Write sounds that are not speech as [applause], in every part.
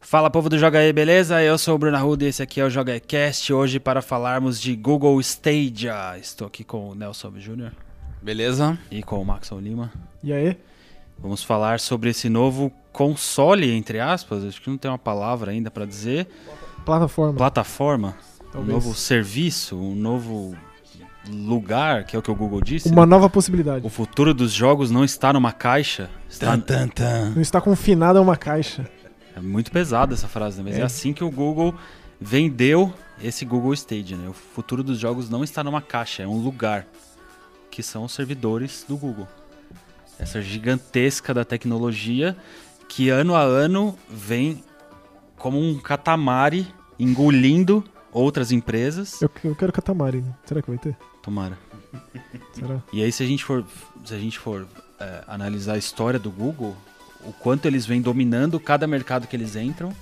Fala povo do Joga aí, beleza? Eu sou o Bruno Arruda e esse aqui é o Joga Cast. Hoje para falarmos de Google Stadia. Estou aqui com o Nelson Júnior Beleza? e com o Maxon Lima. E aí? Vamos falar sobre esse novo console, entre aspas, acho que não tem uma palavra ainda para dizer. Plataforma. Plataforma, um talvez. novo serviço, um novo lugar, que é o que o Google disse. Uma né? nova possibilidade. O futuro dos jogos não está numa caixa. Está... Tá. Não está confinado a uma caixa. É muito pesada essa frase, né? mas é. É. assim que o Google vendeu esse Google Stadia, né? O futuro dos jogos não está numa caixa, é um lugar, que são os servidores do Google. Essa gigantesca da tecnologia que ano a ano vem como um catamari engolindo outras empresas. Eu, eu quero catamari. né? Será que vai ter? Tomara. Será? E aí, se a gente for, se a gente for é, analisar a história do Google, o quanto eles vêm dominando cada mercado que eles entram,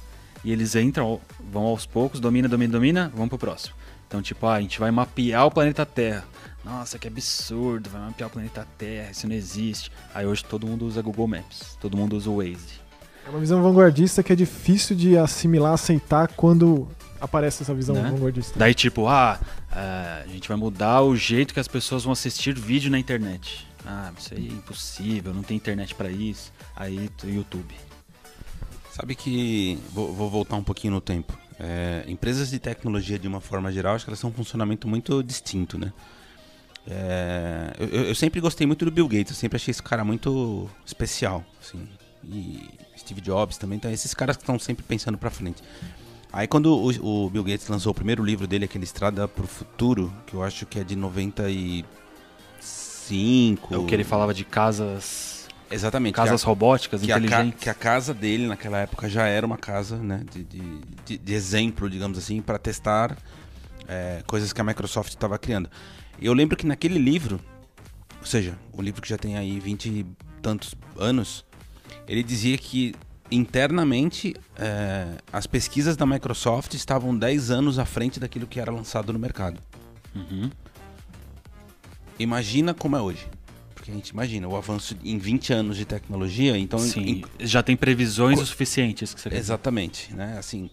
e eles entram, vão aos poucos, domina, domina, domina, vamos pro próximo. Então, tipo, ah, a gente vai mapear o planeta Terra. Nossa, que absurdo, vai mapear o planeta Terra, isso não existe. Aí hoje todo mundo usa Google Maps, todo mundo usa o Waze. É uma visão vanguardista que é difícil de assimilar, aceitar quando aparece essa visão Né? vanguardista. Daí, tipo, ah, ah, a gente vai mudar o jeito que as pessoas vão assistir vídeo na internet. Ah, isso aí é impossível, não tem internet pra isso. Aí, t- YouTube. Sabe que. Vou, vou voltar um pouquinho no tempo. É, empresas de tecnologia, de uma forma geral, acho que elas têm um funcionamento muito distinto, né? É, eu- eu, eu sempre gostei muito do Bill Gates, eu sempre achei esse cara muito especial, assim. E Steve Jobs também, então esses caras que estão sempre pensando pra frente. Aí quando o, o Bill Gates lançou o primeiro livro dele, aquele Estrada pro Futuro, que eu acho que é de 95... É o que ele falava de casas. Exatamente. que é a- Casas robóticas, que a, ca- inteligentes. que a casa dele naquela época já era uma casa né, de, de- de- de exemplo, digamos assim, para testar é, coisas que a Microsoft estava criando. E Eu lembro que naquele livro, ou seja, um livro que já tem aí 20 e tantos anos, ele dizia que internamente é, as pesquisas da Microsoft estavam 10 anos à frente daquilo que era lançado no mercado. Uhum. Imagina como é hoje. Porque a gente imagina o avanço em 20 anos de tecnologia, então em- em- Sim. Já tem previsões o suficiente, isso que você quer dizer. Exatamente, né? Assim,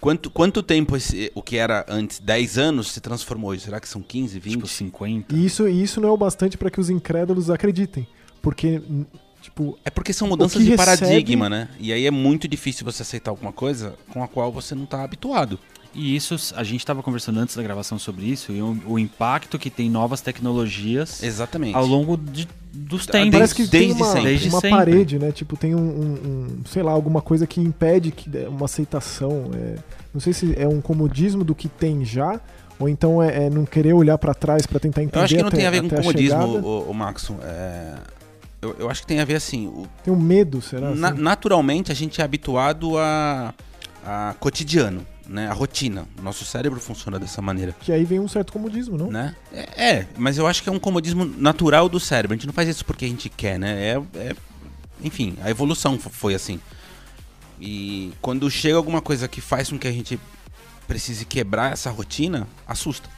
quanto, quanto tempo esse- o que era antes 10 anos se transformou hoje? Será que são 15, 20? Tipo, 50. E isso, e isso não é o bastante para que os incrédulos acreditem. Porque, n- tipo, é porque são mudanças que de recebe- paradigma, né? E aí é muito difícil você aceitar alguma coisa com a qual você não tá habituado. E isso, a gente estava conversando antes da gravação sobre isso, e o, o impacto que tem novas tecnologias Exatamente. ao longo de- dos Ah, tempos. Parece que Desde tem uma, sempre. Desde uma sempre. parede, né? Tipo, tem um, um- um, sei lá, alguma coisa que impede que dê uma aceitação. é. não sei se é um comodismo do que tem já, ou então é, é não querer olhar pra trás pra tentar entender. Eu acho que não até- tem a ver com até comodismo, chegada. o, o Maxon. É, eu, eu acho que tem a ver assim. o- Tem um medo, será? na- assim? naturalmente a gente é habituado a, a cotidiano, né? A rotina. Nosso cérebro funciona dessa maneira. Que aí vem um certo comodismo, não? né? É, é, mas eu acho que é um comodismo natural do cérebro. A gente não faz isso porque a gente quer, né? É, é- enfim, a evolução fo- foi assim. E quando chega alguma coisa que faz com que a gente precise quebrar essa rotina, assusta,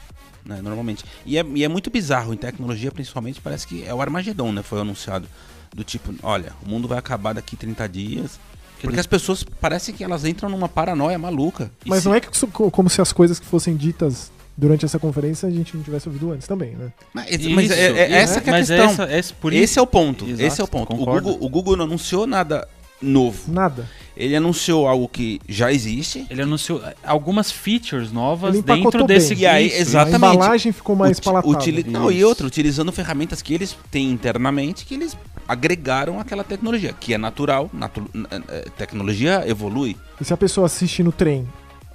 né? Normalmente. E é, e é muito bizarro, em tecnologia principalmente, parece que é o Armagedon, né? Foi anunciado. Do tipo, olha, o mundo vai acabar daqui 30 dias. Porque as pessoas parecem que elas entram numa paranoia maluca. E Mas se- não é que, isso- co- como se as coisas que fossem ditas durante essa conferência a gente não tivesse ouvido antes também, né? Mas, mas é, Isso, é- é essa que é a mas questão. essa- esse, por Esse é o ponto. Exato, esse é o ponto. O concordo. Google, o Google não anunciou nada novo. Nada. Ele anunciou algo que já existe. Ele anunciou é, algumas features novas Ele empacotou dentro desse bem. E aí, isso, Exatamente. A embalagem ficou mais Uti- palatável. utili- não, e Isso. outro, utilizando ferramentas que eles têm internamente, que eles agregaram àquela tecnologia, que é natural. natu- n- n- eh, tecnologia evolui. E se a pessoa assiste no trem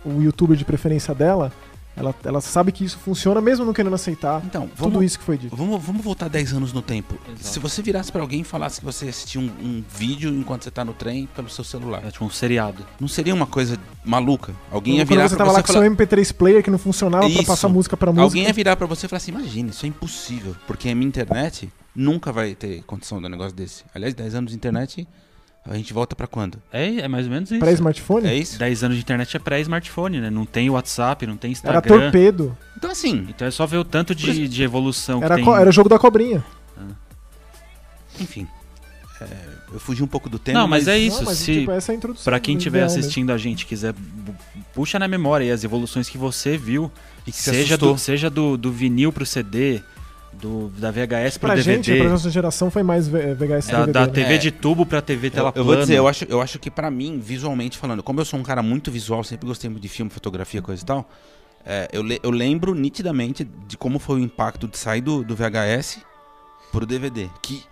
o youtuber de preferência dela, ela, ela sabe que isso funciona mesmo não querendo aceitar Então, tudo vamos, isso que foi dito. vamos, vamos voltar 10 anos no tempo. Exato. Se você virasse pra alguém e falasse que você assistiu um, um vídeo enquanto você tá no trem pelo seu celular, É tipo um seriado. não seria uma coisa maluca? Alguém ia Quando virar você pra tava lá você e com falar, seu MP3 player que não funcionava pra Isso. passar música pra música. Alguém ia virar pra você e falar assim: imagina, isso é impossível, porque a minha internet nunca vai ter condição de um negócio desse. Aliás, 10 anos de internet, a gente volta pra quando? É, é mais ou menos isso. Pra smartphone? É isso? 10 anos de internet é pré-smartphone, né? Não tem WhatsApp, não tem Era Instagram. torpedo. Então, assim, Então é só ver o tanto de, de evolução Era, que co- tem. era jogo da cobrinha. enfim. eu fugi um pouco do tema. Não, mas é isso. Não, mas, se tipo, essa é a introdução. Pra quem do estiver ideal mesmo. assistindo a gente quiser, bu- puxa na memória aí as evoluções que você viu. E que se seja assustou. do, seja do, do vinil pro CD, do, da VHS pro Pra gente, é pra DVD, nossa geração, foi mais V- VHS da, DVD, da né? TV É. de tubo pra TV tela Eu, eu vou dizer, eu acho, eu acho que pra mim, visualmente falando, como eu sou um cara muito visual, sempre gostei muito de filme, fotografia, coisa e tal, é, eu, le- eu lembro nitidamente de como foi o impacto de sair do, do VHS pro DVD, que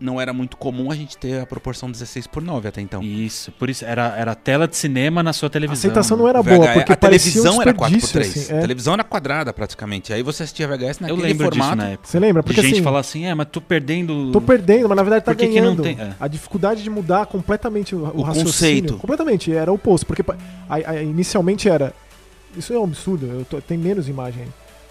não era muito comum a gente ter a proporção 16 por 9 até então. Isso, por isso, era, era tela de cinema na sua A televisão. aceitação não né? era VHS Tá boa, porque a parecia um televisão era 4 desperdício. 3 Assim, A é. televisão era quadrada praticamente. Aí você assistia VHS Eu naquele lembro disso formato. na época. Você lembra? Porque gente assim, falar assim, é, mas tô perdendo. tô perdendo, mas na verdade tá Por que que não ganhando. tem- é. A dificuldade de mudar completamente o, o O raciocínio. conceito. Completamente, era o oposto. Porque pa- a- a- inicialmente era, isso é um absurdo, eu tô- tem menos imagem.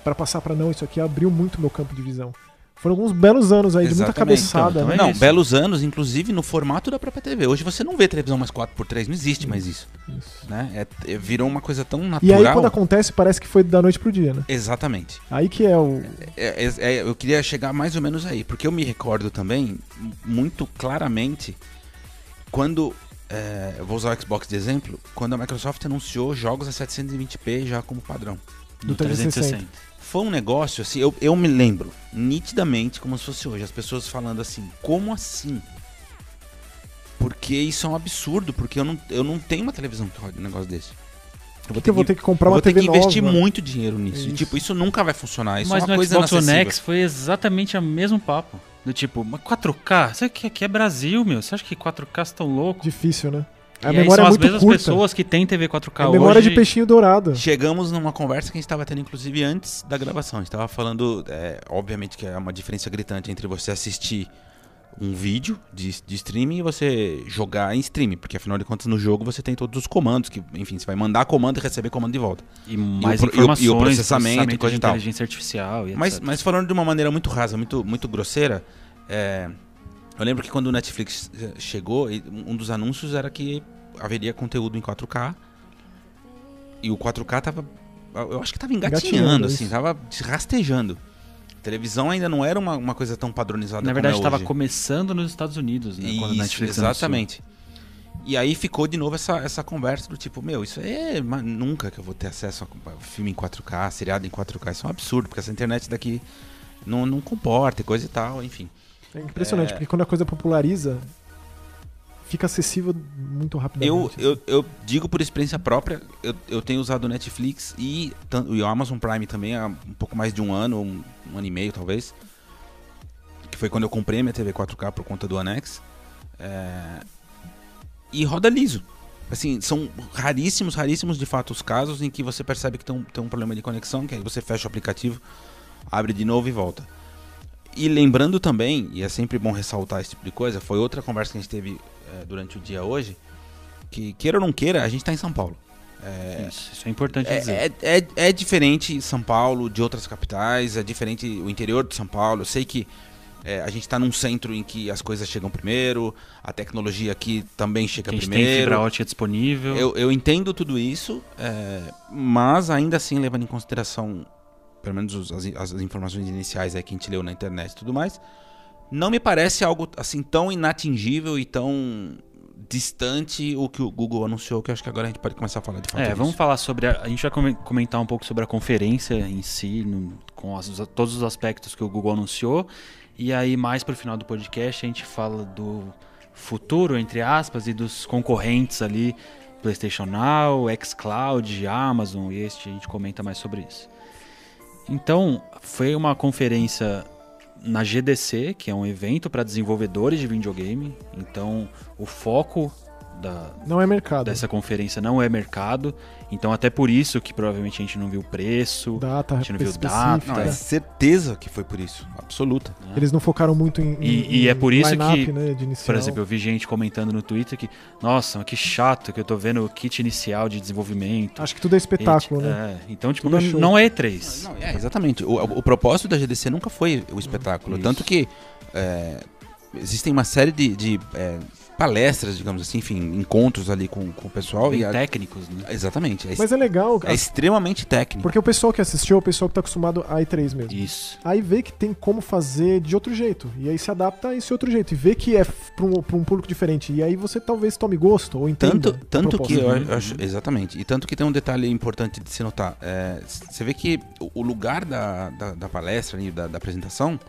Pra passar pra não, isso aqui abriu muito meu campo de visão. Foram alguns belos anos aí, de muita Exatamente, cabeçada, então, né? É não, isso. belos anos, inclusive no formato da própria TV. Hoje você não vê televisão mais 4x3, não existe mais isso. Isso. Né? É- é- virou uma coisa tão E natural. aí quando acontece, parece que foi da noite pro dia, né? Exatamente. Aí que é o... É, é, é, eu queria chegar mais ou menos aí, porque eu me recordo também, m- muito claramente, quando. é, eu vou usar o Xbox de exemplo, quando a Microsoft anunciou jogos a 720p já como padrão. No do 360. Foi um negócio assim, eu, eu me lembro nitidamente como se fosse hoje, as pessoas falando assim, como assim? Porque isso é um absurdo, porque eu não, eu não tenho uma televisão que roda um negócio desse. Eu vou que eu vou ter que comprar eu uma vou ter TV que nova. investir muito dinheiro nisso. E, Isso. tipo, isso nunca vai funcionar. Isso Mas é uma no coisa Xbox One inacessível. X foi exatamente o mesmo papo. Do tipo, mas 4K? Isso aqui, aqui é Brasil, meu. Você acha que 4K estão louco? Difícil, né? E A aí memória são é as muito mesmas curta. pessoas que têm TV 4K É hoje. memória de peixinho dourado. Chegamos numa conversa que a gente estava tendo, inclusive, antes da gravação. A gente estava falando, é, obviamente, que é uma diferença gritante entre você assistir um vídeo de, de streaming e você jogar em streaming. Porque, afinal de contas, no jogo você tem todos os comandos. que Enfim, você vai mandar comando e receber comando de volta. E mais pro- e o- e o informações, processamento, coisa de e tal. inteligência artificial e Mas, etc. mas falando de uma maneira muito rasa, muito, muito grosseira, é, eu lembro que quando o Netflix eh, chegou, e um dos anúncios era que haveria conteúdo em 4K. E o 4K tava. Eu acho que tava engatinhando, Engatinhando, assim, isso. tava rastejando. televisão ainda não era uma, uma coisa tão padronizada Na como verdade, é estava hoje. começando nos Estados Unidos, né? quando a Isso, Netflix anunciou. exatamente. E aí ficou de novo essa, essa conversa do tipo, meu, isso aí é ma- nunca que eu vou ter acesso a filme em 4K, seriado em 4K, isso é um absurdo, porque essa internet daqui não, não comporta e coisa e tal, enfim. É impressionante, É. porque quando a coisa populariza, fica acessível muito Eu, rapidamente. assim. eu, eu digo por experiência própria, eu, eu tenho usado o Netflix e, tan- e o Amazon Prime também há um pouco mais de um ano, um, um ano e meio talvez. Que foi quando eu comprei minha TV 4K por conta do Anex. É, E roda liso. Assim, são raríssimos, raríssimos de fato os casos em que você percebe que tem um, tem um problema de conexão, que aí você fecha o aplicativo, abre de novo e volta. E lembrando também, e é sempre bom ressaltar esse tipo de coisa, foi outra conversa que a gente teve eh, durante o dia hoje, que queira ou não queira, a gente está em São Paulo. É, Isso, isso é importante dizer. é, é, é- é diferente São Paulo de outras capitais, é diferente o interior de São Paulo. Eu sei que é, a gente está num centro em que as coisas chegam primeiro, a tecnologia aqui também chega Que a gente tem primeiro. fibra ótica disponível. Eu, eu entendo tudo isso, é, mas ainda assim, levando em consideração, pelo menos os- as, as informações iniciais aí que a gente leu na internet e tudo mais, não me parece algo assim tão inatingível e tão distante o que o Google anunciou, que eu acho que agora a gente pode começar a falar de fato. É, disso. vamos falar sobre. A, a gente vai come- comentar um pouco sobre a conferência em si, no- com as- os- todos os aspectos que o Google anunciou. E aí, mais pro final do podcast, a gente fala do futuro, entre aspas, e dos concorrentes ali: PlayStation Now, Xcloud, Amazon, e este a gente comenta mais sobre isso. Então, foi uma conferência na GDC, que é um evento para desenvolvedores de videogame. Então, o foco da, Não é mercado. dessa conferência não é mercado. Então, até por isso que provavelmente a gente não viu o preço. Data a gente não viu específica. Não, é data, certeza que foi por isso, absoluta. Eles não focaram muito em, em- E- e é em por isso line-up, que, né, de inicial. Por exemplo, eu vi gente comentando no Twitter que, nossa, mas que chato que eu tô vendo o kit inicial de desenvolvimento. acho que tudo é espetáculo, E, né? é, então, tipo, Tudo não, é show. não é E3. Não, é, exatamente. O, o propósito da GDC nunca foi o espetáculo. Isso. Tanto que é, existem uma série de, de, é, palestras, digamos assim, enfim, encontros ali com, com o pessoal. Tem e a- técnicos, né? Exatamente. É, Mas é legal, é extremamente técnico. porque o pessoal que assistiu é o pessoal que tá acostumado a E3 É. mesmo. Isso. Aí vê que tem como fazer de outro jeito. E aí se adapta a esse outro jeito. E vê que é para um, pra um público diferente. E aí você talvez tome gosto ou entenda. Tanto, a tanto proposta. que eu acho. Exatamente. E tanto que tem um detalhe importante de se notar. É, c- você vê que o- o lugar da, da, da palestra, ali, da, da apresentação,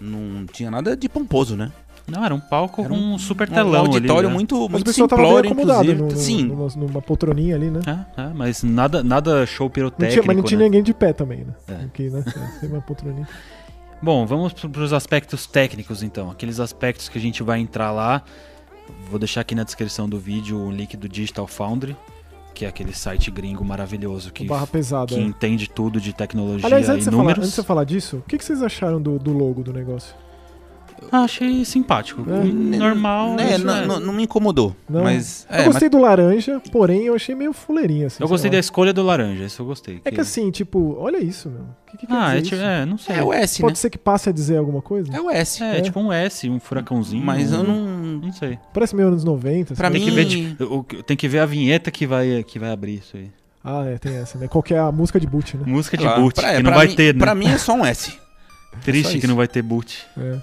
não tinha nada de pomposo, né? Não, era um palco Era com um- um super Um telão auditório ali, né? muito, Mas o muito pessoal tava meio simplório, acomodado inclusive. no, Sim. numa, numa poltroninha ali, né? É, é, mas nada, nada show Não pirotécnico. tinha, mas não tinha né? ninguém de pé também, né? É. Porque, né? Tem uma poltroninha. Bom, vamos para os aspectos técnicos então. Aqueles aspectos que a gente vai entrar lá. Vou deixar aqui na descrição do vídeo o link do Digital Foundry, que é aquele site gringo maravilhoso [laughs] que, Com barra pesada. que é. entende tudo de tecnologia Aliás, e antes de, você falar, números. antes de você falar disso, o que, que vocês acharam do, do logo do negócio? Ah, achei simpático. É. Hum, Normal. É, isso não, é. não- não me incomodou. Não. Mas. é, eu gostei do laranja, porém eu achei meio fuleirinho, assim. Eu sei gostei lá. da escolha do laranja, isso eu gostei. É que assim, tipo, olha isso, meu. O que, que quer Ah, dizer é, isso? tipo- é, não sei. mas é o S, Pode né? ser que passe a dizer alguma coisa? É o S. É, é. tipo um S, um furacãozinho. Mas um- eu não. Não sei. Parece meio anos 90. Pra assim. Tem mim- que, ver, de- o- o- tem que ver a vinheta que vai, que vai abrir isso aí. Ah, é, tem essa, né? Qual que é a música de boot, né? Música de sei lá, boot, pra- é, que não pra vai mim- ter, né? Pra mim é só um S. Triste que isso. não vai ter boot. É.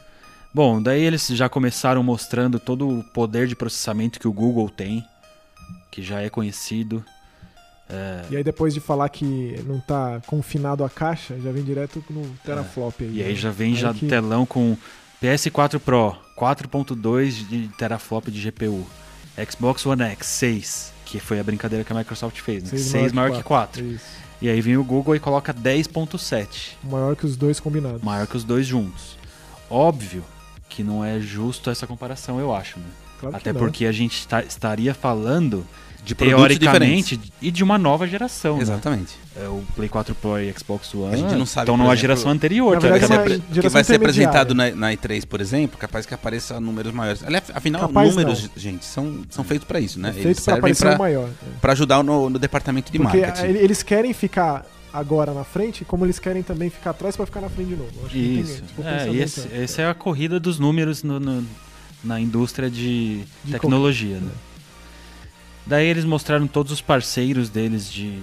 Bom, daí eles já começaram mostrando todo o poder de processamento que o Google tem, que já é conhecido. É, E aí depois de falar que não tá confinado à caixa, já vem direto no teraflop aí. É. e aí né? já vem já Aí que- telão com PS4 Pro, 4.2 de teraflop de GPU, Xbox One X 6, que foi a brincadeira que a Microsoft fez, né? 6, maior que 4. É Isso. E aí vem o Google e coloca 10.7. Maior que os dois combinados. maior que os dois juntos. Óbvio que não é justo essa comparação, eu acho, né? Claro que Até não. porque a gente tá- estaria falando, De produtos diferentes. teoricamente, e de uma nova geração, né? Exatamente. É, o Play 4 Pro e Xbox One A gente não sabe, estão por numa exemplo, geração anterior. tá Que vai, Na verdade, ser, é uma teoricamente. apre- geração que vai ser intermediária. apresentado na, na E3, por exemplo, capaz que apareça números maiores. Ali, af- Afinal, Capaz números, não. gente, são, são feitos pra isso, né? É Eles Feito pra servem parecer pra, o maior. é. pra ajudar no, no departamento de Porque marketing. ele- eles querem ficar agora na frente, como eles querem também ficar atrás pra ficar na frente de novo. Eu Acho que Isso. tem, tipo, É, pensamento, e esse- é. essa é a corrida dos números no- no- na indústria de, De tecnologia, né? Daí eles mostraram todos os parceiros deles de,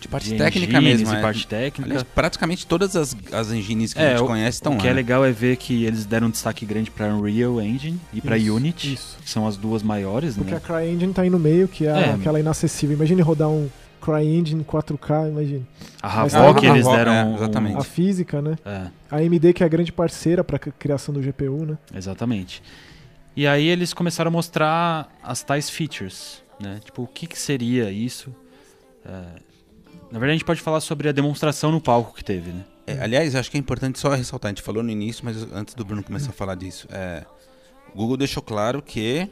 De parte de técnica engines mesmo. e é. parte técnica. Aliás, praticamente todas as, as engines que É, a gente o- conhece estão o lá. que é né? legal é ver que eles deram um destaque grande pra Unreal Engine e é pra Isso, Unity, isso. que são as duas maiores, Porque né? a CryEngine tá aí no meio, que é, É. aquela inacessível. Imagine rodar um CryEngine 4K, imagine. A mas Havok a eles Havok, deram. é, um- exatamente. A física, né? é, A AMD que é a grande parceira pra c- criação do GPU, né? exatamente. E aí eles começaram a mostrar as tais features, né? Tipo, o que, que seria isso? É, Na verdade, a gente pode falar sobre a demonstração no palco que teve, né? É, aliás, eu acho que é importante só ressaltar, a gente falou no início, mas antes do Bruno começar a falar disso, é, o Google deixou claro que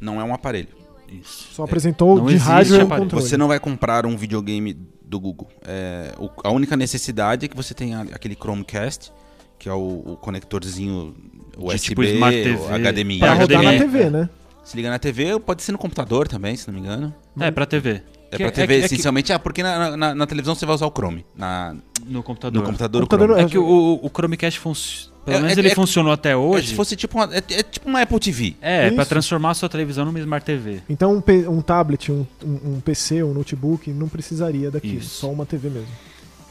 não é um aparelho. Isso. Só apresentou não de existe rádio e o aparelho. é um controle. é um Você não vai comprar um videogame do Google. É, o- a única necessidade é que você tenha aquele Chromecast, que é o, o conectorzinho USB, tipo Smart TV. ou HDMI. Pra É, rodar na HDMI, TV, né? Se liga na TV, ou pode ser no computador também, se não me engano. É, pra TV. É Que- pra TV, que- que essencialmente. Ah, porque na, na- na televisão você vai usar o Chrome. Na, no computador. no computador, o Computador Chrome. é- É que o, o Chromecast funcionou. Pelo É- menos é- ele é- funcionou até É, hoje. se fosse tipo uma, é, é tipo uma Apple TV. É, pra Isso. transformar a sua televisão numa Smart TV. Então um, P- um tablet, um, um- um PC, um notebook, não precisaria daquilo. Isso. Só uma TV mesmo.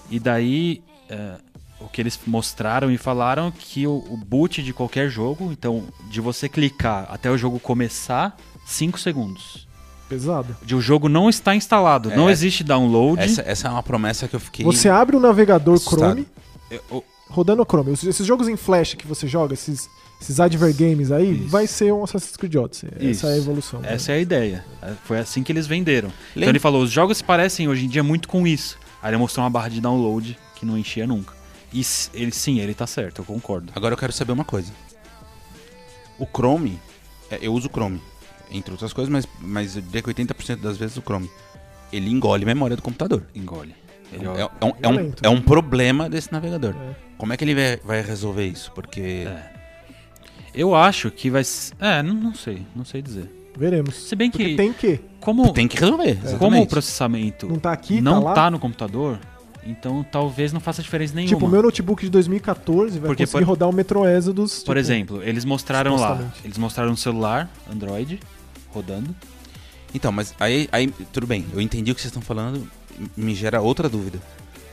E daí, é, o que eles mostraram e falaram que o, o boot de qualquer jogo, então, de você clicar até o jogo começar, 5 segundos. Pesado. De o jogo não está instalado, É, não é- existe download. Essa, essa é uma promessa que eu fiquei. Você abre o navegador Assustado. Chrome, Eu- eu- rodando o Chrome. Os- Esses jogos em Flash que você joga, esses, esses adver games aí, Isso. vai ser um Assassin's Creed Odyssey. Isso. Essa é a evolução. né? essa é a ideia. É, Foi assim que eles venderam. Então Lembra- ele falou, os jogos se parecem hoje em dia muito com isso. Aí ele mostrou uma barra de download que não enchia nunca. E s- ele, sim, ele tá certo, eu concordo. Agora eu quero saber uma coisa. O Chrome, é, eu uso o Chrome, entre outras coisas, mas, mas eu diria que 80% das vezes o Chrome. Ele engole memória do computador. Engole. É, Ele- é um, é, um, Violento. é um problema desse navegador. É. Como é que ele vai, vai resolver isso? Porque. É. um- Eu acho que vai. s- É, não, não sei, não sei dizer. Veremos. Se bem Porque que tem que. como Tem que resolver. É. como o Exatamente. processamento Não tá aqui, não tá lá. no computador, então talvez não faça diferença nenhuma. Tipo, o meu notebook de 2014 vai Porque, conseguir por- rodar o Metro Exodus. Por tipo, exemplo, eles mostraram lá, supostamente. eles mostraram um celular Android rodando. Então, mas aí, aí, tudo bem, eu entendi o que vocês estão falando, m- me gera outra dúvida.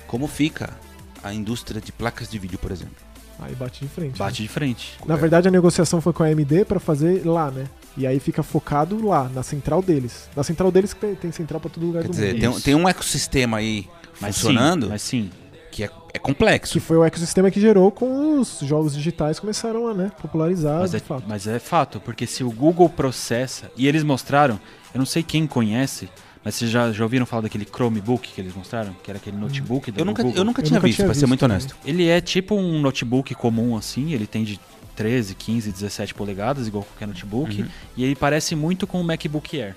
Como fica a indústria de placas de vídeo, por exemplo? Aí bate de frente. né? Bate de é. frente. Na verdade, a negociação foi com a AMD pra fazer lá, né? E aí fica focado lá, na central deles. Na central deles que tem- tem central pra todo lugar Quer do dizer, mundo. tem, um- Isso. tem um ecossistema aí Mas funcionando Sim, mas sim. que é, é complexo. Que foi o ecossistema que gerou com os jogos digitais começaram a né, popularizar, Mas de é, fato. mas é fato, porque se o Google processa, e eles mostraram, eu não sei quem conhece, mas vocês já, já ouviram falar daquele Chromebook que eles mostraram? Que era aquele notebook da Eu nunca, Google? eu nunca Eu tinha nunca visto, tinha pra ser visto muito também. honesto. Ele é tipo um notebook comum, assim, ele tem de 13, 15, 17 polegadas, igual qualquer notebook, e ele parece muito com o MacBook Air.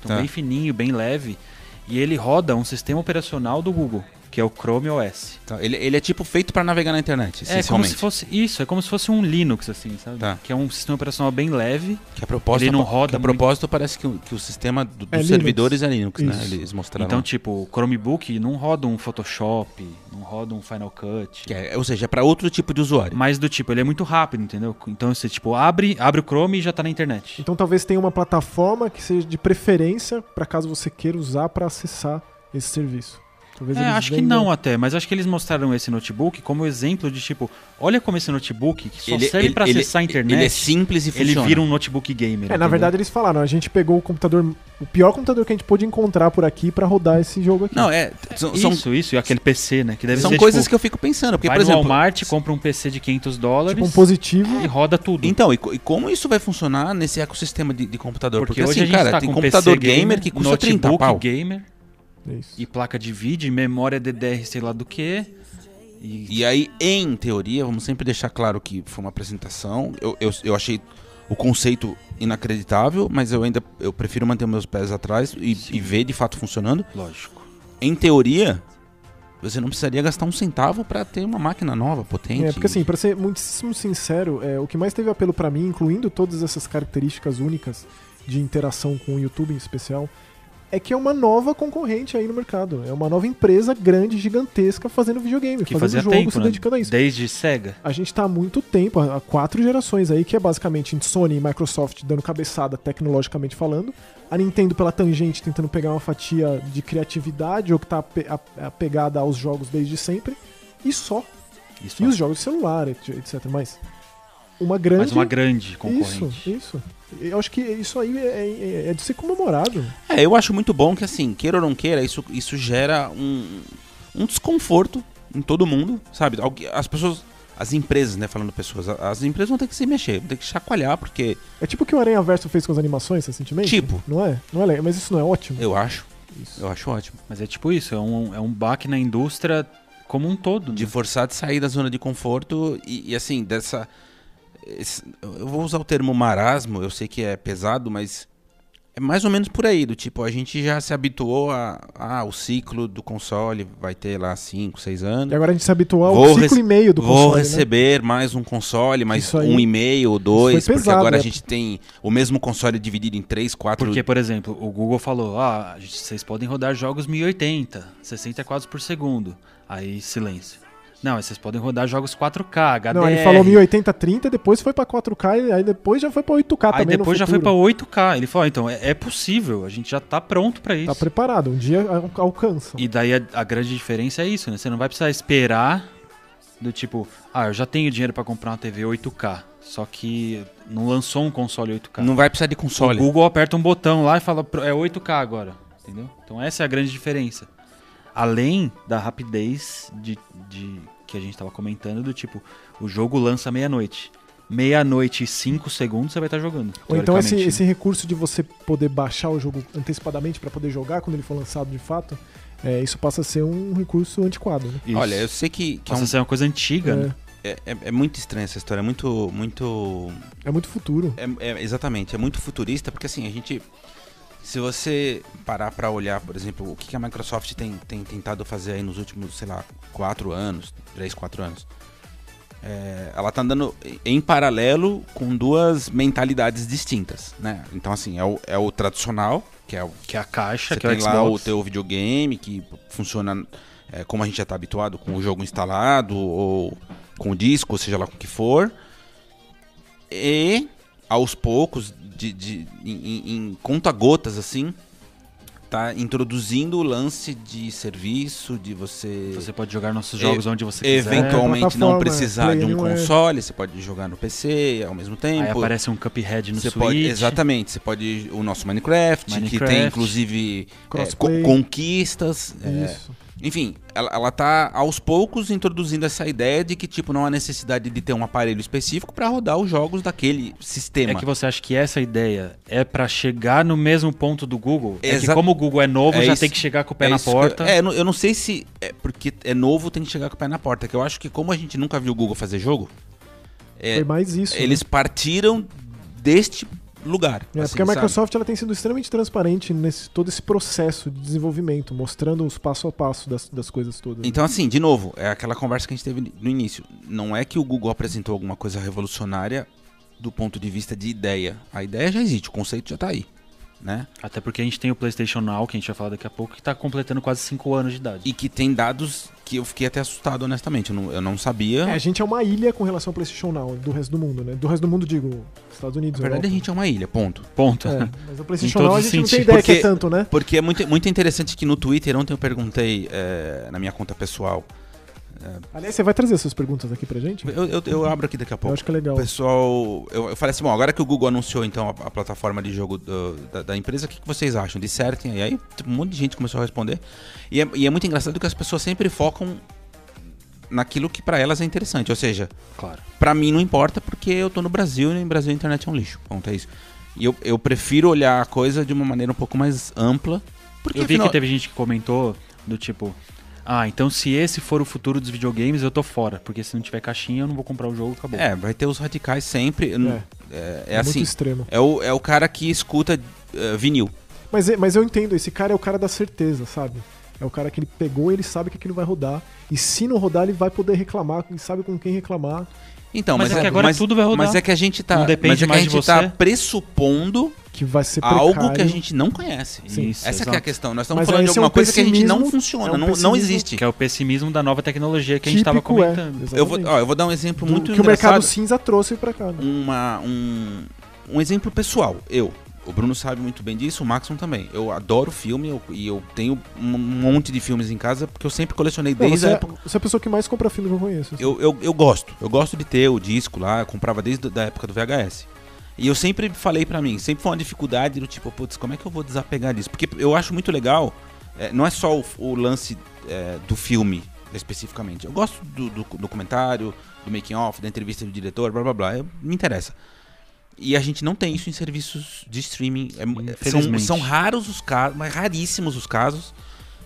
Então, Uhum. Tá. bem fininho, bem leve, e ele roda um sistema operacional do Google, que é o Chrome OS. Tá, Ele, ele é tipo feito pra navegar na internet, É como essencialmente. se fosse isso, é como se fosse um Linux, assim, sabe? Tá. Que é um sistema operacional bem leve, Que a proposta, Ele não roda que a muito. propósito parece que, o- que o sistema do- dos É Linux. servidores é Linux, né? Isso. Eles mostraram. Então, lá. tipo, o Chromebook não roda um Photoshop, não roda um Final Cut. Que é- ou seja, é pra outro tipo de usuário. Mas do tipo, ele é muito rápido, entendeu? Então você, tipo, abre, abre o Chrome e já tá na internet. Então talvez tenha uma plataforma que seja de preferência pra caso você queira usar pra acessar esse serviço. Talvez É, eles acho que vendam- não até, mas acho que eles mostraram esse notebook como exemplo de tipo, olha como esse notebook que só Ele- serve ele- pra ele- acessar a internet, Ele ele, é simples e funciona. vira um notebook gamer. É, na entendeu? verdade eles falaram, a gente pegou o computador, o pior computador que a gente pôde encontrar por aqui pra rodar esse jogo aqui. Não, é. t- São, são- isso, isso, e aquele PC, né, que deve são ser, coisas tipo, que eu fico pensando. Porque, vai por exemplo. no Walmart, compra um PC de 500 dólares tipo um positivo. e roda tudo. Então, e, co- e como isso vai funcionar nesse ecossistema de, de computador? porque Porque, hoje a assim, gente cara, tá tem com computador PC gamer que custa 30 notebook pau. gamer, é Isso. e placa de vídeo, e memória DDR, sei lá do que. E, E aí, em teoria, vamos sempre deixar claro que foi uma apresentação. Eu, eu, eu achei o conceito inacreditável, mas eu ainda eu prefiro manter meus pés atrás e, e ver de fato funcionando. lógico. Em teoria, você não precisaria gastar um centavo pra ter uma máquina nova, potente. É, porque assim, pra ser muitíssimo sincero, é, o que mais teve apelo pra mim, incluindo todas essas características únicas de interação com o YouTube em especial, é que é uma nova concorrente aí no mercado. É uma nova empresa grande, gigantesca, fazendo videogame, Que fazendo fazia jogo, tempo, se né? dedicando a isso. Desde Sega. A gente tá há muito tempo, há há quatro gerações aí, que é basicamente Sony e Microsoft dando cabeçada tecnologicamente falando, a Nintendo pela tangente tentando pegar uma fatia de criatividade ou que tá ape- a- apegada aos jogos desde sempre, e só. Isso. E os jogos de celular, et- etc. Mas uma grande. Mas uma grande Isso, concorrente. isso. Eu acho que isso aí é, é- é de ser comemorado. É, eu acho muito bom que, assim, queira ou não queira, isso, isso gera um, um desconforto em todo mundo, sabe? Algu- As pessoas, as empresas, né? Falando pessoas, a- as empresas vão ter que se mexer, vão ter que chacoalhar, porque É tipo o que o Aranha Verso fez com as animações recentemente. Tipo. Não é? Não é legal, mas isso não é ótimo. eu acho, Isso. eu acho ótimo. Mas é tipo isso, é um, é um baque na indústria como um todo. né? De forçar de sair da zona de conforto e, e, assim, dessa. esse- eu vou usar o termo marasmo, eu sei que é pesado, mas é mais ou menos por aí, do tipo, a gente já se habituou a. Ah, o ciclo do console vai ter lá 5, 6 anos. E agora a gente se habituou ao Vou ciclo rece- e É meio do Vou console. né? receber mais um console, mais Isso aí- um e-mail ou isso dois, foi porque pesado, agora né? a gente tem o mesmo console dividido em três, quatro. Porque, por exemplo, o Google falou, ah, a gente- vocês podem rodar jogos 1080, 60 quadros por segundo. Aí, silêncio. Não, mas vocês podem rodar jogos 4K, HDR. Não, ele falou 1080, 30, depois foi pra 4K, e aí depois já foi pra 8K Aí também. no depois já foi pra futuro. 8K. Ele falou, ah, então, é, é possível, a gente já tá pronto pra isso. Tá preparado, um dia al- alcança. E daí a, a grande diferença é isso, né? Você não vai precisar esperar do tipo, ah, eu já tenho dinheiro pra comprar uma TV 8K, só que não lançou um console 8K. Não vai precisar de o console. Google aperta um botão lá e fala, "Pro- é 8K agora, entendeu? Então essa é a grande diferença. Além da rapidez de, de- que a gente tava comentando, do tipo, o jogo lança meia-noite. Meia-noite e 5 segundos você vai estar jogando. Ou então esse, né? teoricamente, esse recurso de você poder baixar o jogo antecipadamente pra poder jogar quando ele for lançado de fato, é, isso passa a ser um recurso antiquado, né? né? Isso. Olha, eu sei que, que é, Nossa, um- isso é uma coisa antiga, né? é, é- é muito estranha essa história, é muito. muito É, é muito futuro. é- é- exatamente, é muito futurista, porque assim, a gente. Se você parar pra olhar, por exemplo, o que que a Microsoft tem, tem tentado fazer aí nos últimos, sei lá, quatro anos, três, quatro anos. É, ela tá andando em paralelo com duas mentalidades distintas, né? Então, assim, é o, é o tradicional, que é o Que é a caixa, você que é o tem lá o Xbox. teu videogame que funciona é, como a gente já está habituado, com o jogo instalado ou com o disco, ou seja lá com o que for. E aos poucos, de, de- em, em- em conta-gotas, assim, tá introduzindo o lance de serviço, de você, Você É, pode jogar nossos jogos onde você quiser. eventualmente plataforma, não precisar de um é. Play Anywhere. console, você pode jogar no PC ao mesmo Aí tempo. aparece um Cuphead no Você Switch. pode, exatamente, você pode o nosso Minecraft, que Minecraft. tem inclusive é, co- Crossplay. conquistas, é, Isso. enfim, ela, ela tá aos poucos introduzindo essa ideia de que tipo não há necessidade de ter um aparelho específico para rodar os jogos daquele sistema. É que você acha que essa ideia é pra chegar no mesmo ponto do Google? É que Exa- como o Google é novo, É já isso- tem que chegar com o pé É na isso que eu- porta. é, eu não- eu não sei se é porque é novo tem que chegar com o pé na porta, é que eu acho que como a gente nunca viu o Google fazer jogo, é, Foi mais isso. né? eles partiram deste lugar. É, assim, porque a sabe? Microsoft ela tem sido extremamente transparente nesse todo esse processo de desenvolvimento, mostrando os passo a passo das, das coisas todas. Então, assim, de novo, é aquela conversa que a gente teve no início. Não é que o Google apresentou alguma coisa revolucionária do ponto de vista de ideia. A ideia já existe, o conceito já tá aí, né? Até porque a gente tem o PlayStation Now, que a gente vai falar daqui a pouco, que tá completando quase 5 anos de idade. E que tem dados que eu fiquei até assustado, honestamente. Eu não, eu não sabia. É, a gente é uma ilha com relação ao PlayStation Now, do resto do mundo, né? Do resto do mundo, digo, Estados Unidos. Na verdade, a gente é uma ilha, ponto. Ponto. É, mas o PlayStation Em Now todos a os gente não tem sentidos. ideia que é Porque- tanto, né? Porque é muito, muito interessante que no Twitter, ontem eu perguntei eh, na minha conta pessoal. Aliás, você vai trazer essas perguntas aqui pra gente? Eu, eu- eu abro aqui daqui a Eu pouco. acho que é legal. Então- O pessoal. Eu, eu falei assim, bom, agora que o Google anunciou então a, a plataforma de jogo do- da, da empresa, o que, que vocês acham? Dissertem. aí. aí tipo, um monte de gente começou a responder. E é, e é muito engraçado que as pessoas sempre focam naquilo que pra elas é interessante. Ou seja, [laughs] Claro. pra mim não importa porque eu tô no Brasil e no Brasil a internet é um lixo. Ponto, é isso. E eu, eu prefiro olhar a coisa de uma maneira um pouco mais ampla. Porque eu vi afinal- que teve gente que comentou do tipo. Ah, então se esse for o futuro dos videogames, eu tô fora. Porque se não tiver caixinha, eu não vou comprar o jogo, acabou. É, vai ter os radicais sempre. eu não- É, é assim. Muito extremo. É o, é o cara que escuta eh, vinil. Mas, é- mas eu entendo, esse cara é o cara da certeza, sabe? É o cara que ele pegou, ele sabe que aquilo vai rodar. E se não rodar, ele vai poder reclamar, ele sabe com quem reclamar. Então, Mas mas, é que agora mas- tudo vai rodar. Mas é que a gente tá, Não depende mas é que mais a de gente você. tá pressupondo Que vai ser precário. algo que a gente não conhece. Sim. Isso, Essa que é a exato. questão. Nós estamos Mas falando de esse é um alguma coisa que a gente não pessimismo- funciona, é um não, não pessimismo existe. Que é o pessimismo da nova tecnologia que a gente tava Típico, é. comentando. Exatamente. Eu vou, ó, eu vou dar um exemplo Do- muito que o mercado engraçado. cinza trouxe pra cá. né? Uma, um, um exemplo pessoal. Eu, o Bruno sabe muito bem disso, o Maxon também. Eu adoro filme eu- e eu tenho um monte de filmes em casa porque eu sempre colecionei Não, desde você, a é, época. você é a pessoa que mais compra filme que eu conheço. assim. Eu, eu, eu gosto. Eu gosto de ter o disco lá. Eu comprava desde a época do VHS. E eu sempre falei pra mim, sempre foi uma dificuldade do tipo, putz, como é que eu vou desapegar disso? Porque eu acho muito legal, eh, não é só o, o lance eh, do filme especificamente. Eu gosto do, do documentário, do making off, da entrevista do diretor, blá blá blá. Eu- me interessa. E a gente não tem isso em serviços de streaming. É mu- é- são, Infelizmente. são raros os casos, mas raríssimos os casos.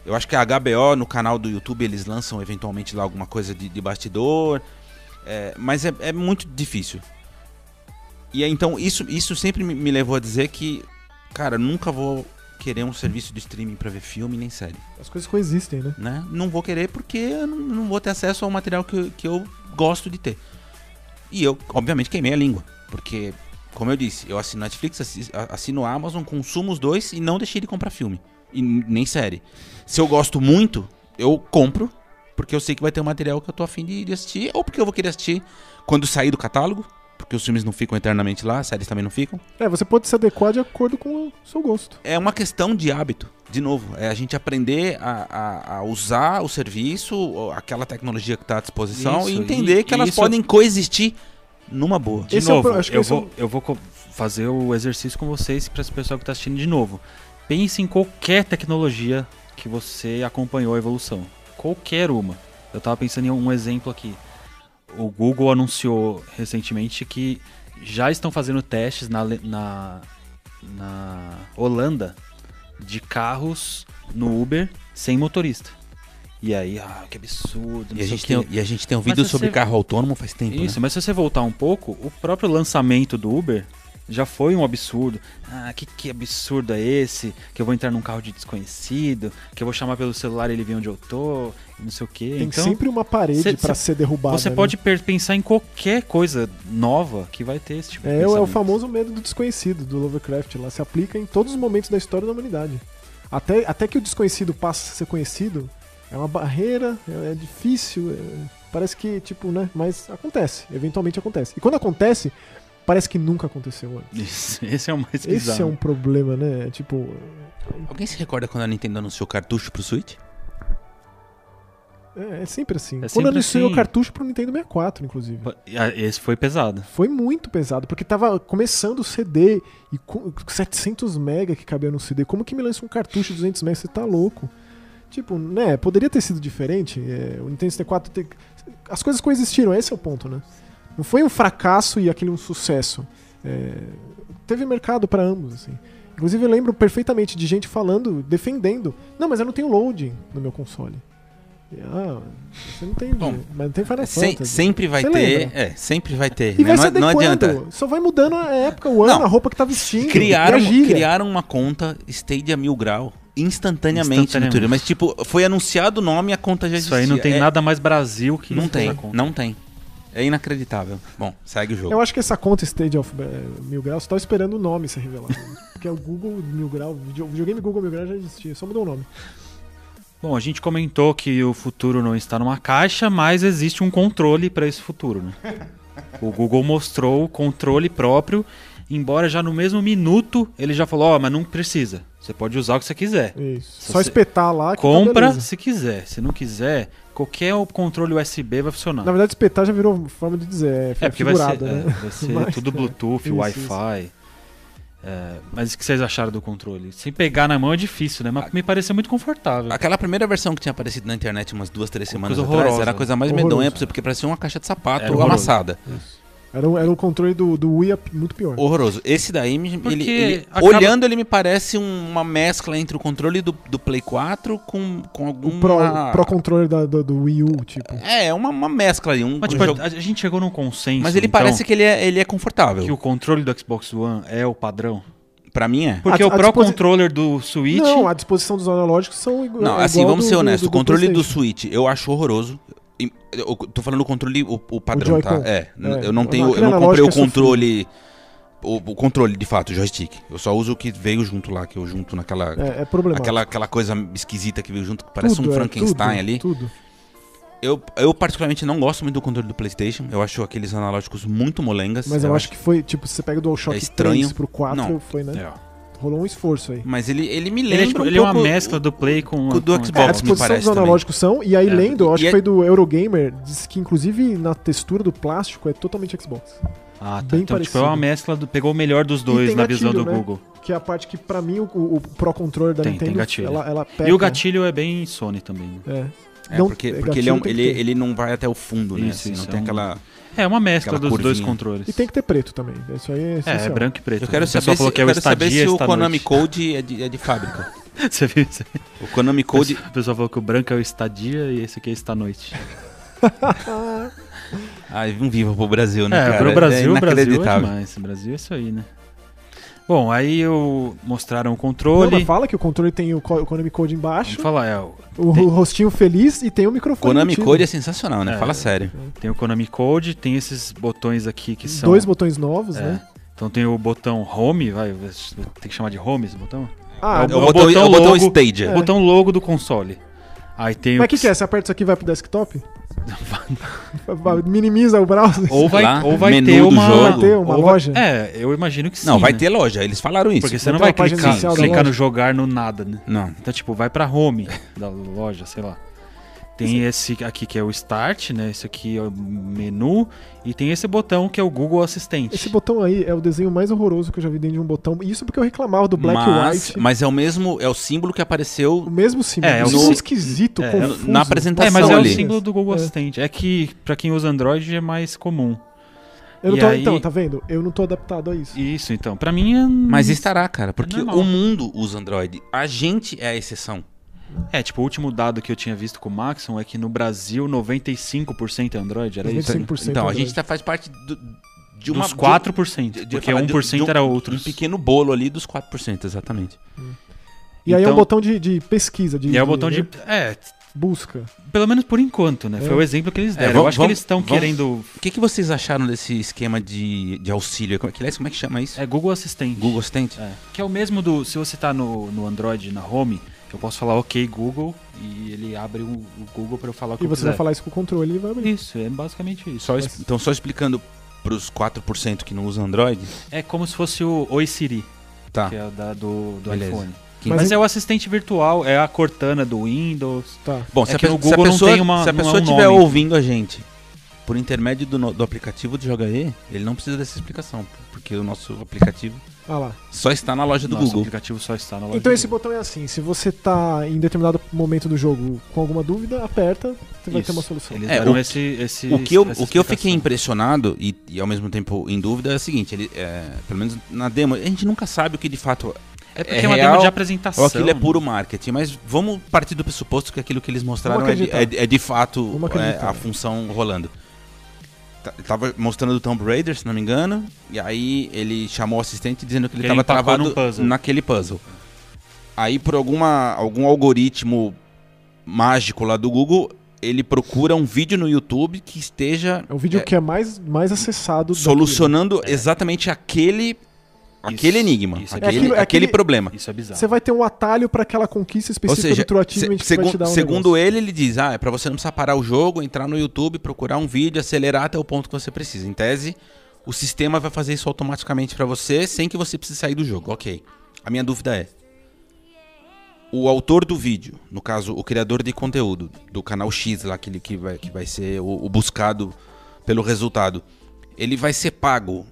Eu acho que a HBO, no canal do YouTube, eles lançam eventualmente lá alguma coisa de, de bastidor. É, mas é, é muito difícil. E é, então, isso, isso sempre me, me levou a dizer que, cara, nunca vou querer um serviço de streaming pra ver filme nem série. As coisas coexistem, né? Né? Não vou querer porque eu não, não vou ter acesso ao material que, que eu gosto de ter. E eu, obviamente, queimei a língua. Porque, como eu disse, eu assino Netflix, assi- a- assino Amazon, consumo os dois e não deixei de comprar filme. E n- nem série. Se eu gosto muito, eu compro. Porque eu sei que vai ter um material que eu tô afim de, de assistir. Ou porque eu vou querer assistir quando sair do catálogo. Porque os filmes não ficam eternamente lá, as séries também não ficam. É, você pode se adequar de acordo com o seu gosto. É uma questão de hábito, de novo. É a gente aprender a, a- a usar o serviço, ou aquela tecnologia que está à disposição e Isso, entender e- que elas isso- podem coexistir numa boa. De Esse é o novo, pro- acho que eu, esse é vou, um- eu vou co- fazer o exercício com vocês para esse pessoal que está assistindo de novo. Pense em qualquer tecnologia que você acompanhou a evolução. Qualquer uma. Eu estava pensando em um exemplo aqui. O Google anunciou recentemente que já estão fazendo testes na, Ale- na, na Holanda de carros no Uber sem motorista. E aí, ah, que absurdo. não E sei a, o gente quê. tem, e a gente tem um vídeo você- sobre carro autônomo faz tempo, né? Isso, mas se você voltar um pouco, o próprio lançamento do Uber já foi um absurdo. Ah, que, que absurdo é esse? Que eu vou entrar num carro de desconhecido, que eu vou chamar pelo celular e ele vê onde eu tô, e não sei o quê. Tem então, sempre uma parede cê- pra cê- ser derrubada. você né? pode per- pensar em qualquer coisa nova que vai ter esse tipo de É, é o pensamento. famoso medo do desconhecido do Lovecraft. Lá se aplica em todos os momentos da história da humanidade. Até, até que o desconhecido passe a ser conhecido, é uma barreira, é, é difícil, é- parece que, tipo, né? Mas acontece, eventualmente acontece. E quando acontece, parece que nunca aconteceu antes. Esse, [laughs] esse é o mais bizarro. Esse é um problema, né? Tipo, Alguém se recorda quando a Nintendo anunciou cartucho pro Switch? é, é sempre assim. Quando sempre anunciou assim. o cartucho pro Nintendo 64, inclusive. Ah, Esse foi pesado. Foi muito pesado, porque tava começando o CD e com 700 mega que cabia no CD. Como que me lança um cartucho de 200 mega? Você tá louco. Tipo, né? Poderia ter sido diferente. é, o Nintendo 64. te- As coisas coexistiram, esse é o ponto, né? Não foi um fracasso e aquele um sucesso. É, teve mercado pra ambos, assim. Inclusive, eu lembro perfeitamente de gente falando, defendendo. Não, mas eu não tenho loading no meu console. E, Ah, você não tem. Bom, mas não tem Final Sem- Fantasy. sempre vai É Você ter. lembra? É, sempre vai ter. E né? vai se não, não adequando. adianta. Só vai mudando a época, o ano, Não. a roupa que tá vestindo. Criaram, e a é gíria. criaram uma conta Stadia Mil Grau instantaneamente, no Instantaneamente. Twitter. Mas, tipo, foi anunciado o nome e a conta já Isso existia. aí não tem É- nada mais Brasil que Não isso tem, essa conta. não tem. É inacreditável. Bom, segue o jogo. Eu acho que essa conta Stage of eh, Mil Grau, você tava esperando o nome ser revelado. [laughs] Porque é o Google Mil Grau, video- videogame Google Mil Grau já existia, só mudou o nome. Bom, a gente comentou que o futuro não está numa caixa, mas existe um controle para esse futuro, né? [laughs] O Google mostrou o controle próprio, embora já no mesmo minuto ele já falou, ó, mas não precisa. Você pode usar o que você quiser. Isso. Se Só você espetar lá. que tá Compra beleza. se quiser. Se não quiser, qualquer controle USB vai funcionar. Na verdade, espetar já virou forma de dizer. É, É, porque vai ser, figurado, é, né? vai ser [laughs] Mas, tudo é, Bluetooth, isso, Wi-Fi. É, mas o que vocês acharam do controle? Sem pegar na mão é difícil, né? Mas me pareceu muito confortável. Aquela primeira versão que tinha aparecido na internet umas duas, três semanas Coisa atrás horrorosa. era a coisa mais Horrorosa. medonha, porque parecia uma caixa de sapato Era horroroso. amassada. Isso. é. Era, o- era o controle do, do Wii é muito pior. Horroroso. Esse daí, me- Porque ele, ele- acaba- olhando, ele me parece um- uma mescla entre o controle do, do Play 4 com, com algum. O Pro, o pro controle da- do, do Wii U, tipo. É, uma, uma mescla ali. Um, Mas, um tipo, jogo- a, a gente chegou num consenso. Mas ele então, parece que ele é, ele é confortável. que o controle do Xbox One é o padrão. Pra mim é. Porque A- o a Pro disposi- Controller do Switch. Não, a disposição dos analógicos são igu- é igual. Não, assim, vamos do- ser do- honestos. o controle do, PlayStation. Switch eu acho horroroso. E- Eu tô falando o controle, o, o padrão, tá? Joy-Con. É, n- É, eu não não, tenho, aquele eu não comprei analógico o é sofrido. controle, o, o controle de fato, o joystick. Eu só uso o que veio junto lá, que eu junto naquela, É, é problemático. aquela, aquela coisa esquisita que veio junto, que parece Tudo, um é, Frankenstein tudo, ali. Tudo. Eu, eu particularmente não gosto muito do controle do PlayStation. Eu acho aqueles analógicos muito molengas. Mas eu acho que foi, tipo, se você pega o DualShock É estranho. 3 pro 4, Não. foi, né? É, ó. Rolou um esforço aí. Mas ele, ele me Ele, lembra é, tipo, um ele é uma pouco mescla do Play com. com o do com- Xbox. É, a me disposição parece dos analógicos são, e aí É, lendo, eu acho e é- que foi do Eurogamer, disse que inclusive na textura do plástico é totalmente Xbox. Ah, tá. Bem então, tipo, é uma parecido. mescla do. Pegou o melhor dos dois tem na visão gatilho, do né? Google. Que é a parte que pra mim o, o- o Pro Controller da Tem, tem Nintendo, gatilho. ela, ela peca. E o gatilho é bem Sony também. né? É. É, Não- porque, é, porque ele, é um- gatilho tem ele, que ter. ele não vai até o fundo, né? Isso, assim, isso, não é tem um- aquela... É uma mescla dos Aquela dois curvinha. controles. E tem que ter preto também. Isso aí é É, essencial. é branco e preto. Eu quero O pessoal saber se, falou que é eu o quero saber estadia se o esta Konami noite. Code é de, é de fábrica. [laughs] Você viu isso? aí? O Konami [laughs] Code. O pessoal falou que o branco é o estadia e esse aqui é esta noite. Ai, um viva pro Brasil, né? É, cara? pro Brasil, o Brasil é inacreditável. demais. O Brasil é isso aí, né? Bom, aí eu mostraram o Não, controle. mas fala que o controle tem o, co- o Konami Code embaixo, Vamos falar, é, o- o tem- rostinho feliz e tem o microfone. Konami embutido. Code é sensacional, né? É. Fala sério. tem o Konami Code, tem esses botões aqui é que são. Dois botões novos, é, né? Então tem o botão home, vai, tem que chamar de home esse botão? Ah, É Eu o o botão, botão é o botão logo. Stadia. O botão logo do console. Aí tem mas o o que, que é? Você aperta isso aqui e vai pro desktop? Minimiza o browser? É, Ou vai, Lá, ou vai menu ter do uma jogo. Vai ter uma ou vai- loja? É, eu imagino que sim. Não, vai né? ter loja, eles falaram isso. Porque você Vai né? não vai ter uma página clicar, inicial da clicar no loja? jogar no nada, né? Não. Então, tipo, vai pra home É. da loja, sei lá. Tem esse aqui que é o Start, né? Esse aqui é o menu. E tem esse botão que é o Google Assistente. Esse botão aí é o desenho mais horroroso que eu já vi dentro de um botão. Isso porque eu reclamava do Black mas, White. mas é o mesmo, é o símbolo que apareceu O mesmo símbolo. É, É, é um o símbolo sim- esquisito, é, confuso. na apresentação é, mas é o ali. símbolo do Google É. Assistente. É que pra quem usa Android é mais comum. Eu não E tô, aí- Então, tá vendo? Eu não tô adaptado a isso. Isso, então. Pra mim é... Mas estará, cara, porque normal. o mundo usa Android. A gente é a exceção. É, tipo, o último dado que eu tinha visto com o Maxon é que no Brasil 95% é Android, era isso? 95%. 100% Então, a Android. gente tá, faz parte do- de uma. Dos de um- 4%, de- de- porque eu falar de- 1% de um- era Um outros. pequeno bolo ali dos 4%, exatamente. E aí é um Então- botão de, de pesquisa. De, E é o botão de... né, É, Busca. pelo menos por enquanto, né? Foi É. o exemplo que eles deram. eu vamos- acho vamos- que eles estão vamos- querendo... O que, que vocês acharam desse esquema de, de auxílio? Como é, que, aliás, como é que chama isso? É Google Assistente. Google Assistente? É, que é o mesmo do. Se você tá no, no Android, na home, eu posso falar OK Google e ele abre o, o Google pra eu falar o que E eu você quiser. vai falar isso com o controle, ele vai abrir. Isso, é basicamente isso. Só es- então, só explicando pros 4% que não usam Android. É como se fosse o Oi Siri, Tá. que é o da- do, do Beleza. iPhone. Que- Mas, Mas é o assistente virtual, é a Cortana do Windows. Tá. Bom, É se, a que pe- no se a Google não pessoa, tem uma- se a não é pessoa um estiver nome. ouvindo a gente por intermédio do, no- do aplicativo do JHE, ele não precisa dessa explicação, porque o nosso aplicativo Ah lá. só está na loja do Nosso Google. aplicativo só está na loja. Então do esse botão é assim, se você tá em determinado momento do jogo com alguma dúvida, aperta, você vai Isso. ter uma solução. Eles É, deram o- esse, esse. O que eu, essa o que eu fiquei explicação. impressionado e, e ao mesmo tempo em dúvida é o seguinte, ele, é, pelo menos na demo, a gente nunca sabe o que de fato É porque é é, uma real, demo de ou apresentação. aquilo é né? puro marketing, mas vamos partir do pressuposto que aquilo que eles mostraram é Vamos de, é, acreditar. de- é de fato Vamos é, acreditar. a função rolando. Tá- Ele tava mostrando o Tomb Raider, se não me engano, e aí ele chamou o assistente dizendo que ele Que ele estava empacou travado num puzzle. naquele puzzle. Aí por alguma, algum algoritmo mágico lá do Google, ele procura um vídeo no YouTube que esteja É o vídeo é, que é mais, mais acessado. solucionando É. exatamente aquele aquele enigma, isso é aquele, aquilo- é aquele aquele- problema. Isso é daquilo. bizarro. Você vai ter um atalho pra aquela conquista Ou específica seja, do True Achievement se- que vai segun- te dar um segundo negócio. ele, ele diz, ah, é pra você não precisar parar o jogo, entrar no YouTube, procurar um vídeo, acelerar até o ponto que você precisa. Em tese, o sistema vai fazer isso automaticamente pra você, sem que você precise sair do jogo. Ok. A minha dúvida é, o autor do vídeo, no caso, o criador de conteúdo do canal X lá, aquele que vai, que vai ser o, o buscado pelo resultado, ele vai ser pago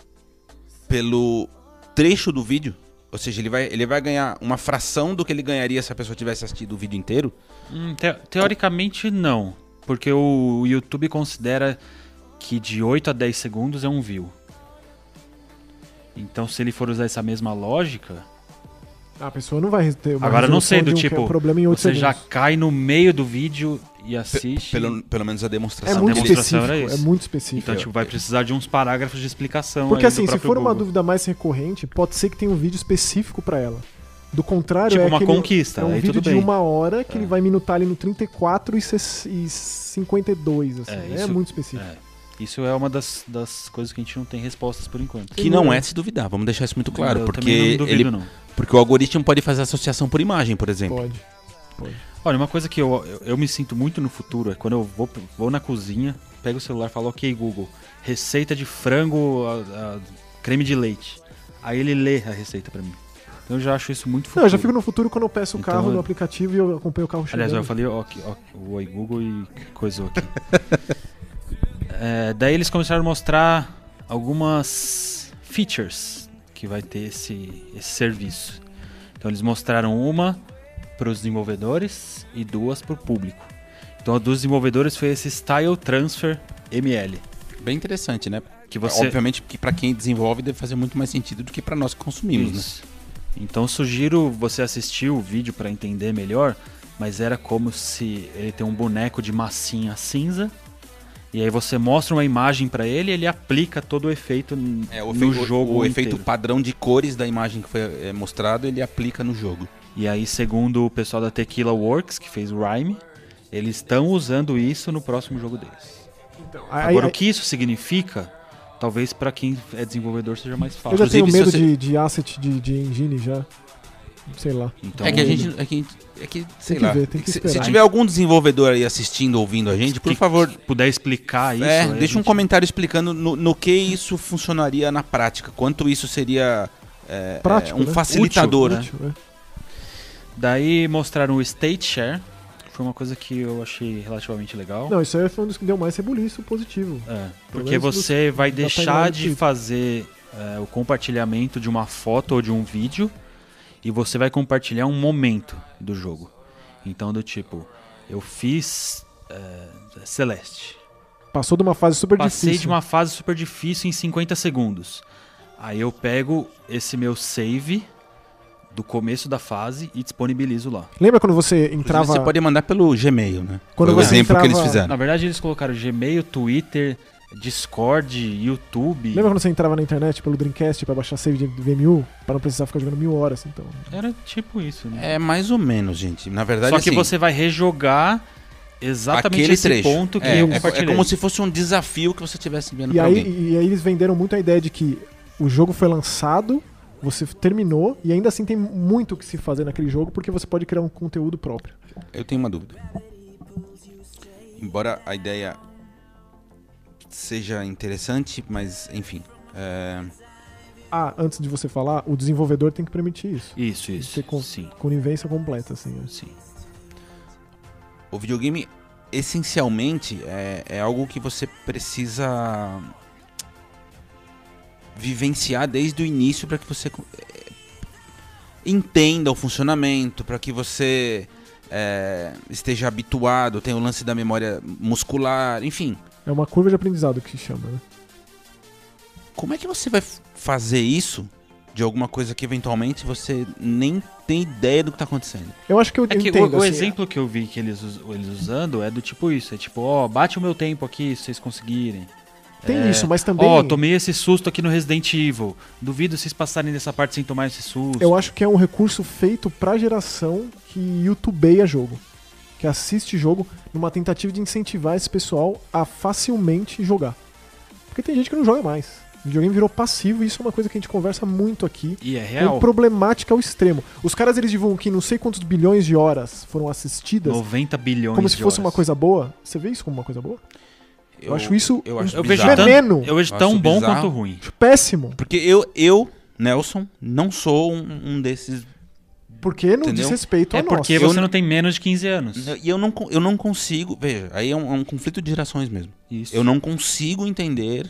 pelo trecho do vídeo? Ou seja, ele vai, ele vai ganhar uma fração do que ele ganharia se a pessoa tivesse assistido o vídeo inteiro? Hum, te- teoricamente, não. Porque o YouTube considera que de 8 a 10 segundos é um view. Então, se ele for usar essa mesma lógica, Ah, A pessoa não vai ter uma agora eu não sei do resolução de um- tipo, um problema em É oito você já segundos. cai no meio do vídeo e Pe- assiste. Pelo, pelo menos a É demonstração essa muito dele. demonstração específico, era é isso. muito específico. Então, tipo, vai precisar de uns parágrafos de explicação. Porque aí do assim, se próprio for uma Google. dúvida mais recorrente, pode ser que tenha um vídeo específico pra ela. Do contrário, Tipo é uma aquele- conquista, É um aí vídeo tudo de bem. É. uma hora que ele vai minutar ali no 34 e ses- e 52, assim. É, né? É, isso- muito específico. É. Isso é uma das, das coisas que a gente não tem respostas por enquanto. Que não é se duvidar, vamos deixar isso muito claro. Eu porque, também não duvido, ele, não. porque o algoritmo pode fazer associação por imagem, por exemplo. Pode. Olha, uma coisa que eu, eu, eu me sinto muito no futuro é quando eu vou, pro- vou na cozinha, pego o celular e falo, ok, Google, receita de frango, a- a- creme de leite. Aí ele lê a receita pra mim. Então eu já acho isso muito futuro. Não, eu já fico no futuro quando eu peço o Então, carro eu- no aplicativo e eu acompanho o carro chegando. Aliás, eu falei, ok, ok, oi Google e que coisou aqui. É, daí eles começaram a mostrar algumas features que vai ter esse, esse serviço. Então eles mostraram uma para os desenvolvedores e duas para o público. Então a dos desenvolvedores foi esse Style Transfer ML, Bem interessante, né? que você Obviamente que pra quem desenvolve deve fazer muito mais sentido do que pra nós que consumimos, né? Isso. Então sugiro você assistir o vídeo para entender melhor, mas era como se ele tem um boneco de massinha cinza e aí você mostra uma imagem para ele, e ele aplica todo o efeito n- É, o, no efe- o- jogo o inteiro. efeito padrão de cores da imagem que foi é, mostrado, ele aplica no jogo. E aí, segundo o pessoal da Tequila Works que fez o Rhyme, eles estão usando isso no próximo jogo deles. Aí- Agora, aí- o que isso significa? Talvez para quem é desenvolvedor seja mais eu já fácil. tenho inclusive, se medo você- de, de asset de, de engine já. Sei lá. Então, é que a gente. É que, é que sei que lá. ver, tem que se, se esperar. tiver algum desenvolvedor aí assistindo, ouvindo a gente, por que- favor, se puder explicar isso. é, aí a né, deixa um gente- comentário explicando no, no que isso funcionaria na prática. Quanto isso seria é, é, Prático, um né? facilitador. né? Útil, né? Daí mostraram o State Share, que foi uma coisa que eu achei relativamente legal. Não, isso aí foi um dos que deu mais rebuliço positivo. É, Pelo porque menos dos- você vai da deixar timeline de Twitter. fazer é, o compartilhamento de uma foto ou de um vídeo e você vai compartilhar um momento do jogo. Então, do tipo, eu fiz é, Celeste. Passou de uma fase super Passei difícil. de uma fase super difícil em 50 segundos. Aí eu pego esse meu save do começo da fase e disponibilizo lá. Lembra quando você Inclusive, entrava. Você pode mandar pelo Gmail, né? Quando foi o você exemplo que eles entrava- fizeram. Na verdade, eles colocaram Gmail, Twitter, Discord, YouTube. Lembra quando você entrava na internet pelo Dreamcast pra baixar save de VMU? Pra não precisar ficar jogando mil horas, então. Era tipo isso, né? É mais ou menos, gente. Na É, verdade, Só que assim, você vai rejogar exatamente aquele esse trecho. ponto que é, eu é, é compartilhei. como se fosse um desafio que você estivesse enviando E pra aí, alguém. e aí eles venderam muito a ideia de que o jogo foi lançado, você terminou, e ainda assim tem muito o que se fazer naquele jogo, porque você pode criar um conteúdo próprio. Eu tenho uma dúvida. Embora a ideia seja interessante, mas enfim. é, Ah, antes de você falar, o desenvolvedor tem que permitir isso. Isso, isso. Ter con- Sim, Conivência completa, assim. sim. o videogame essencialmente é, é algo que você precisa vivenciar desde o início para que você co- eh, entenda o funcionamento, para que você eh, esteja habituado, tem o lance da memória muscular, enfim. É uma curva de aprendizado que se chama, né? Como é que você vai f- fazer isso de alguma coisa que eventualmente você nem tem ideia do que tá acontecendo? Eu acho que eu É que entendo. o, o assim, exemplo que eu vi que eles, us- eles usando é do tipo isso. É tipo, ó, bate o meu tempo aqui se vocês conseguirem. Tem É, isso, mas também. Ó, tomei esse susto aqui no Resident Evil. Duvido vocês passarem dessa parte sem tomar esse susto. Eu acho que é um recurso feito pra geração que youtubeia jogo. Que assiste jogo numa tentativa de incentivar esse pessoal a facilmente jogar. Porque tem gente que não joga mais. O videogame virou passivo e isso é uma coisa que a gente conversa muito aqui. E é É real. problemática ao extremo. Os caras eles divulgam que não sei quantos bilhões de horas foram assistidas, 90 bilhões como se de fosse horas. uma coisa boa. Você vê isso como uma coisa boa? Eu acho isso um eu acho Eu vejo é bizarro. tanto- veneno. Eu vejo Eu tão acho bom bizarro. quanto ruim. é Péssimo. Porque eu, eu, Nelson, não sou um, um desses. Porque não Entendeu? diz respeito a É nós. porque Eu você não- não tem menos de 15 anos. E eu não, con- eu não consigo. Veja, aí é um, é um conflito de gerações mesmo. Isso. Eu não consigo entender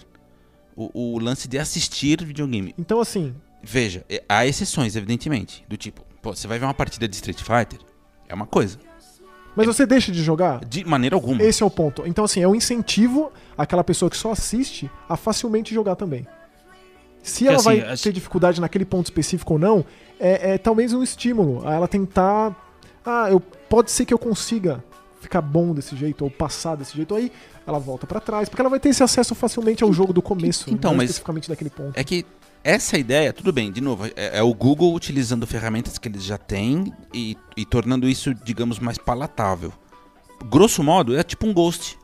o, o lance de assistir videogame. Então, assim, Veja, é- há exceções, evidentemente. Do tipo, pô, você vai ver uma partida de Street Fighter? É uma coisa. mas você deixa de jogar? De maneira alguma. Esse é o ponto. Então, assim, é um incentivo àquela pessoa que só assiste a facilmente jogar também. Se Porque, ela vai assim, as- ter dificuldade naquele ponto específico ou não, é, é talvez um estímulo a ela tentar. Ah, eu, pode ser que eu consiga ficar bom desse jeito ou passar desse jeito. Aí ela volta pra trás, porque ela vai ter esse acesso facilmente ao jogo do começo, então, não mas- especificamente daquele ponto. É que essa ideia, tudo bem, de novo, é, é o Google utilizando ferramentas que eles já têm e, e tornando isso, digamos, mais palatável. Grosso modo, é tipo um Ghost.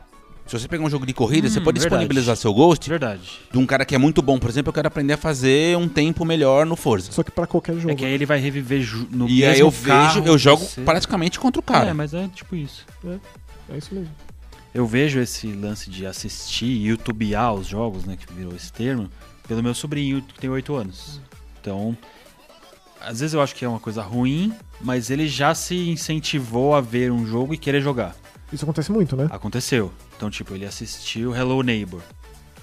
Se você pegar um jogo de corrida, Hum, você pode verdade. disponibilizar seu Ghost Verdade. de um cara que é muito bom, por exemplo, eu quero aprender a fazer um tempo melhor no Forza. Só que pra qualquer jogo. É que aí ele vai reviver ju- no E aí mesmo eu carro vejo, eu que jogo você. praticamente contra o cara. É, mas é tipo isso. É isso mesmo. Eu vejo esse lance de assistir e youtubear os jogos, né, que virou esse termo, pelo meu sobrinho que tem 8 anos. Então, às vezes eu acho que é uma coisa ruim, mas ele já se incentivou a ver um jogo e querer jogar. Isso acontece muito, né? Aconteceu. Então, tipo, ele assistiu Hello Neighbor,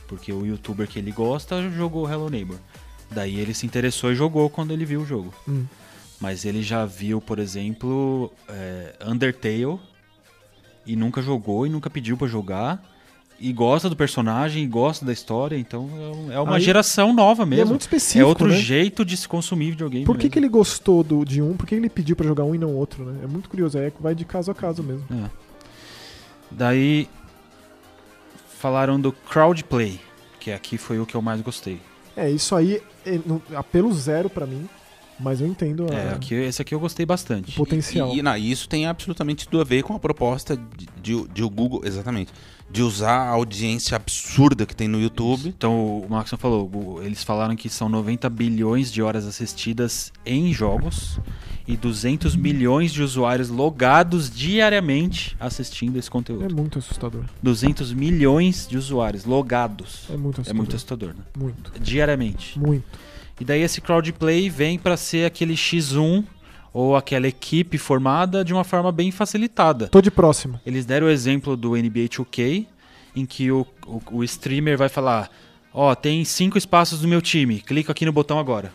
porque o youtuber que ele gosta jogou Hello Neighbor. Daí ele se interessou e jogou quando ele viu o jogo. Hum. Mas ele já viu, por exemplo, é, Undertale e nunca jogou e nunca pediu pra jogar. E gosta do personagem, e gosta da história, então é um- é uma Aí- geração nova E é mesmo. muito específico. é outro né? jeito de se consumir videogame. Por que, mesmo. que ele gostou do, de um? Por que ele pediu pra jogar um e não outro, né? É muito curioso, é vai de caso a caso mesmo. Daí falaram do crowdplay, que aqui foi o que eu mais gostei. É, isso aí é no- apelo zero pra mim, mas eu entendo a- É, aqui, esse aqui eu gostei o bastante. potencial. E, e, não, isso tem absolutamente tudo a ver com a proposta de, de- de o Google, exatamente, de usar a audiência absurda que tem no YouTube. Então o Maxon falou, o- eles falaram que são 90 bilhões de horas assistidas em jogos e 200 milhões de usuários logados diariamente assistindo esse É conteúdo. muito assustador. 200 milhões de usuários logados. É muito assustador. É muito assustador, né? Muito. Diariamente. Muito. E daí esse crowdplay vem pra ser aquele X1 ou aquela equipe formada de uma forma bem facilitada. Tô de próximo. Eles deram o exemplo do NBA 2K, em que o, o, o streamer vai falar: Ó, tem cinco espaços do meu time, clica aqui no botão agora.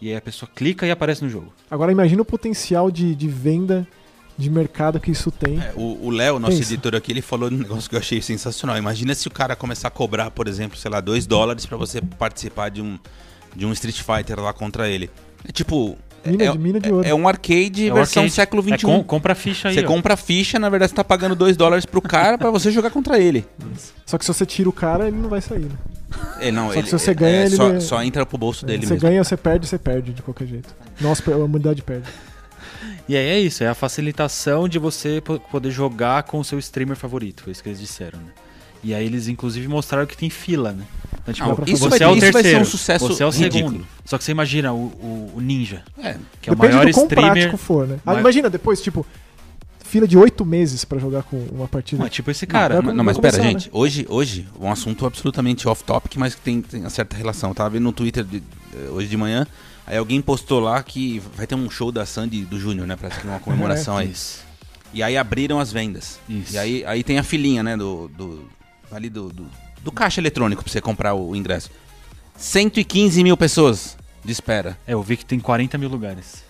E aí a pessoa clica e aparece no jogo. Agora imagina o potencial de, de venda, de mercado que isso tem. É, o o Léo, nosso Pensa. editor aqui, ele falou um negócio que eu achei sensacional. Imagina se o cara começar a cobrar, por exemplo, sei lá, 2 dólares pra você participar de um, de um Street Fighter lá contra ele. É tipo. é- Mina é, de- mina de ouro. É um arcade É o versão arcade. século É, XXI. com- compra a ficha aí. você ó. compra a ficha, na verdade você tá pagando 2 dólares pro cara pra você jogar contra ele. Só que se você tira o cara, ele não vai sair. Né? É, não, Só que se você ganha, ele só, ganha. só entra pro bolso dele você mesmo. ganha, você perde, você perde de qualquer jeito. Nossa, per- a humanidade perde. E aí é isso, é a facilitação de você po- poder jogar com o seu streamer favorito, foi isso que eles disseram, né? E aí eles inclusive mostraram que tem fila, né? Então, tipo, Ah, você isso é vai- o isso vai ser terceiro, um sucesso você é o ridículo. segundo. Só que você imagina o, o- o Ninja, É, que é o Depende maior do quão streamer prático for, né? Ah, Maior- Imagina depois, tipo, fila de oito meses pra jogar com uma partida. Mas tipo esse cara. Não, mas- Mas- Não, é mas Vai pera, começar, gente. Hoje, hoje, um assunto absolutamente off-topic, mas que tem, tem uma certa relação. Eu Tava vendo no Twitter de- eh, hoje de manhã, aí alguém postou lá que vai ter um show da Sandy do Júnior, né? Pra uma comemoração [laughs] aí. Isso. E aí abriram as vendas. É. Isso. E aí, aí tem a filinha, né? Do, do, ali do, do, do caixa eletrônico pra você comprar o, o ingresso. 115 mil pessoas de espera. É, eu vi que tem 40 mil lugares.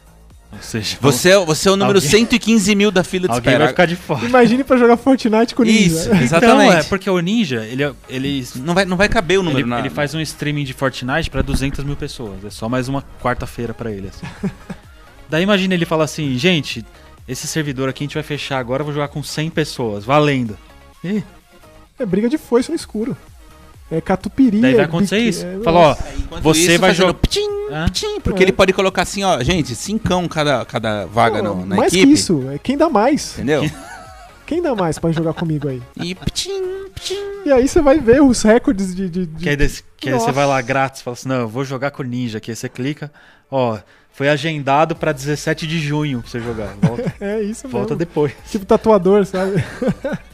Ou seja, [laughs] Você, é o- você é o número Então, Alguém- 115 mil da fila de alguém espera. vai ficar de fora. Imagine pra jogar Fortnite com o Ninja. [laughs] Isso, Então, é, exatamente. porque o Ninja, ele, é, ele, não, vai, não vai caber o número ele, na- ele faz um streaming de Fortnite pra 200 mil pessoas. É só mais uma quarta-feira pra ele, [laughs] assim. Daí imagina ele falar assim, gente, esse servidor aqui a gente vai fechar agora, eu vou jogar com 100 pessoas, valendo. Ih, É [laughs] briga de foice no escuro. É catupiry. daí é vai acontecer bique- isso. é- Fala, ó, Enquanto Você vai fazendo jogar- ptim, Hã? ptim, Ah, porque É. ele pode colocar assim, ó, gente, cincão cada, cada vaga Não, no- na mais equipe. que isso, é quem dá mais? [laughs] Entendeu? Quem dá mais pra jogar comigo aí? E ptim, ptim. E aí você vai ver os recordes de. de- de- que aí, desse- que aí você Nossa. vai lá grátis, fala assim, não, eu vou jogar com o Ninja, que aí você clica, ó, foi agendado pra 17 de junho pra você jogar. Volta, [laughs] É isso volta mesmo. depois. Tipo tatuador, sabe? [laughs]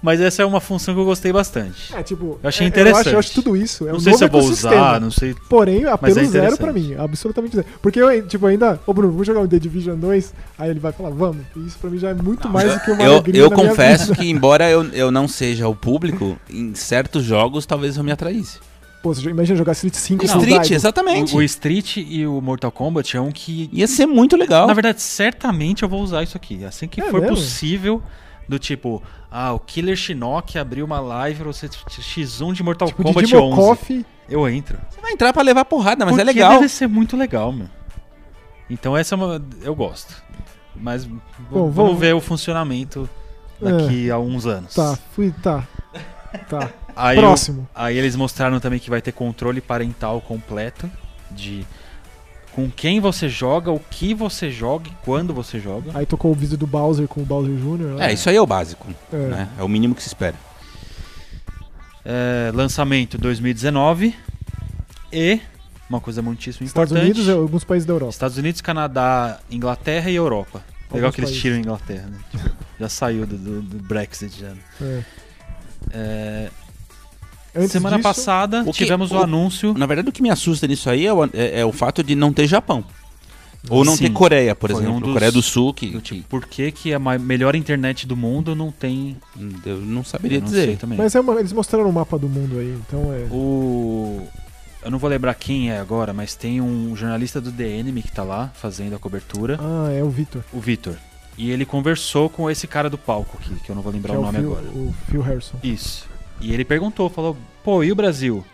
Mas essa é uma função que eu gostei bastante. É, tipo, Eu achei é- interessante. Eu acho, eu acho tudo isso. É não um sei novo se eu vou ecossistema. usar, não sei. Porém, Mas apelo é zero interessante. pra mim, absolutamente zero. Porque eu, tipo, ainda. Ô, Bruno, vou jogar um The Division 2, aí ele vai falar, vamos. E isso pra mim já é muito mais do que uma Eu, alegria eu na minha confesso vida. que, embora eu, eu não seja o público, em certos jogos talvez eu me atraísse. Pô, você imagina jogar Street 5 com o Street, Daigo. exatamente. O, o Street e o Mortal Kombat é um que. Ia ser muito legal. Na verdade, certamente eu vou usar isso aqui. Assim que É for mesmo? possível. Do tipo, ah, o Killer Shinnok abriu uma live pra você X1 de Mortal Tipo, Kombat Didi 11. Mokoff, Eu entro. Você vai entrar pra levar porrada, mas é Porque legal. deve ser muito legal, meu. Então essa é uma. Eu gosto. Mas v- Bom, vamos, vamos- ver o funcionamento daqui a uns anos. Tá, fui, tá. Tá. Aí eu- Próximo. Aí eles mostraram também que vai ter controle parental completo de com quem você joga, o que você joga e quando você joga. Aí tocou o vídeo do Bowser com o Bowser Jr. lá. É, isso aí é o básico. É. né? É o mínimo que se espera. É, lançamento 2019 e uma coisa muitíssimo Estados importante. Unidos e alguns países da Europa. Estados Unidos, Canadá, Inglaterra e Europa. É Legal Alguns que eles países. tiram a Inglaterra, né? Tipo, já saiu do, do- do Brexit já. né? É. É, Antes semana disso, passada o que- tivemos o, o- anúncio. Na verdade, o que me assusta nisso aí é o, é- é o fato de não ter Japão. Ou não Sim. ter Coreia, por Foi exemplo. um dos- Coreia do Sul, que, Do tipo, por que, que a ma- melhor internet do mundo não tem. que eu não saberia eu não sei dizer. também. Mas é uma- eles mostraram o mapa do mundo aí, então é. O. Eu não vou lembrar quem é agora, mas tem um jornalista do The Enemy que tá lá fazendo a cobertura, Ah, é o Vitor. o Vitor. E ele conversou com esse cara do palco aqui, que eu não vou Que lembrar é o o nome Phil, agora. o Phil Harrison. Isso. E ele perguntou, falou, pô, e o Brasil?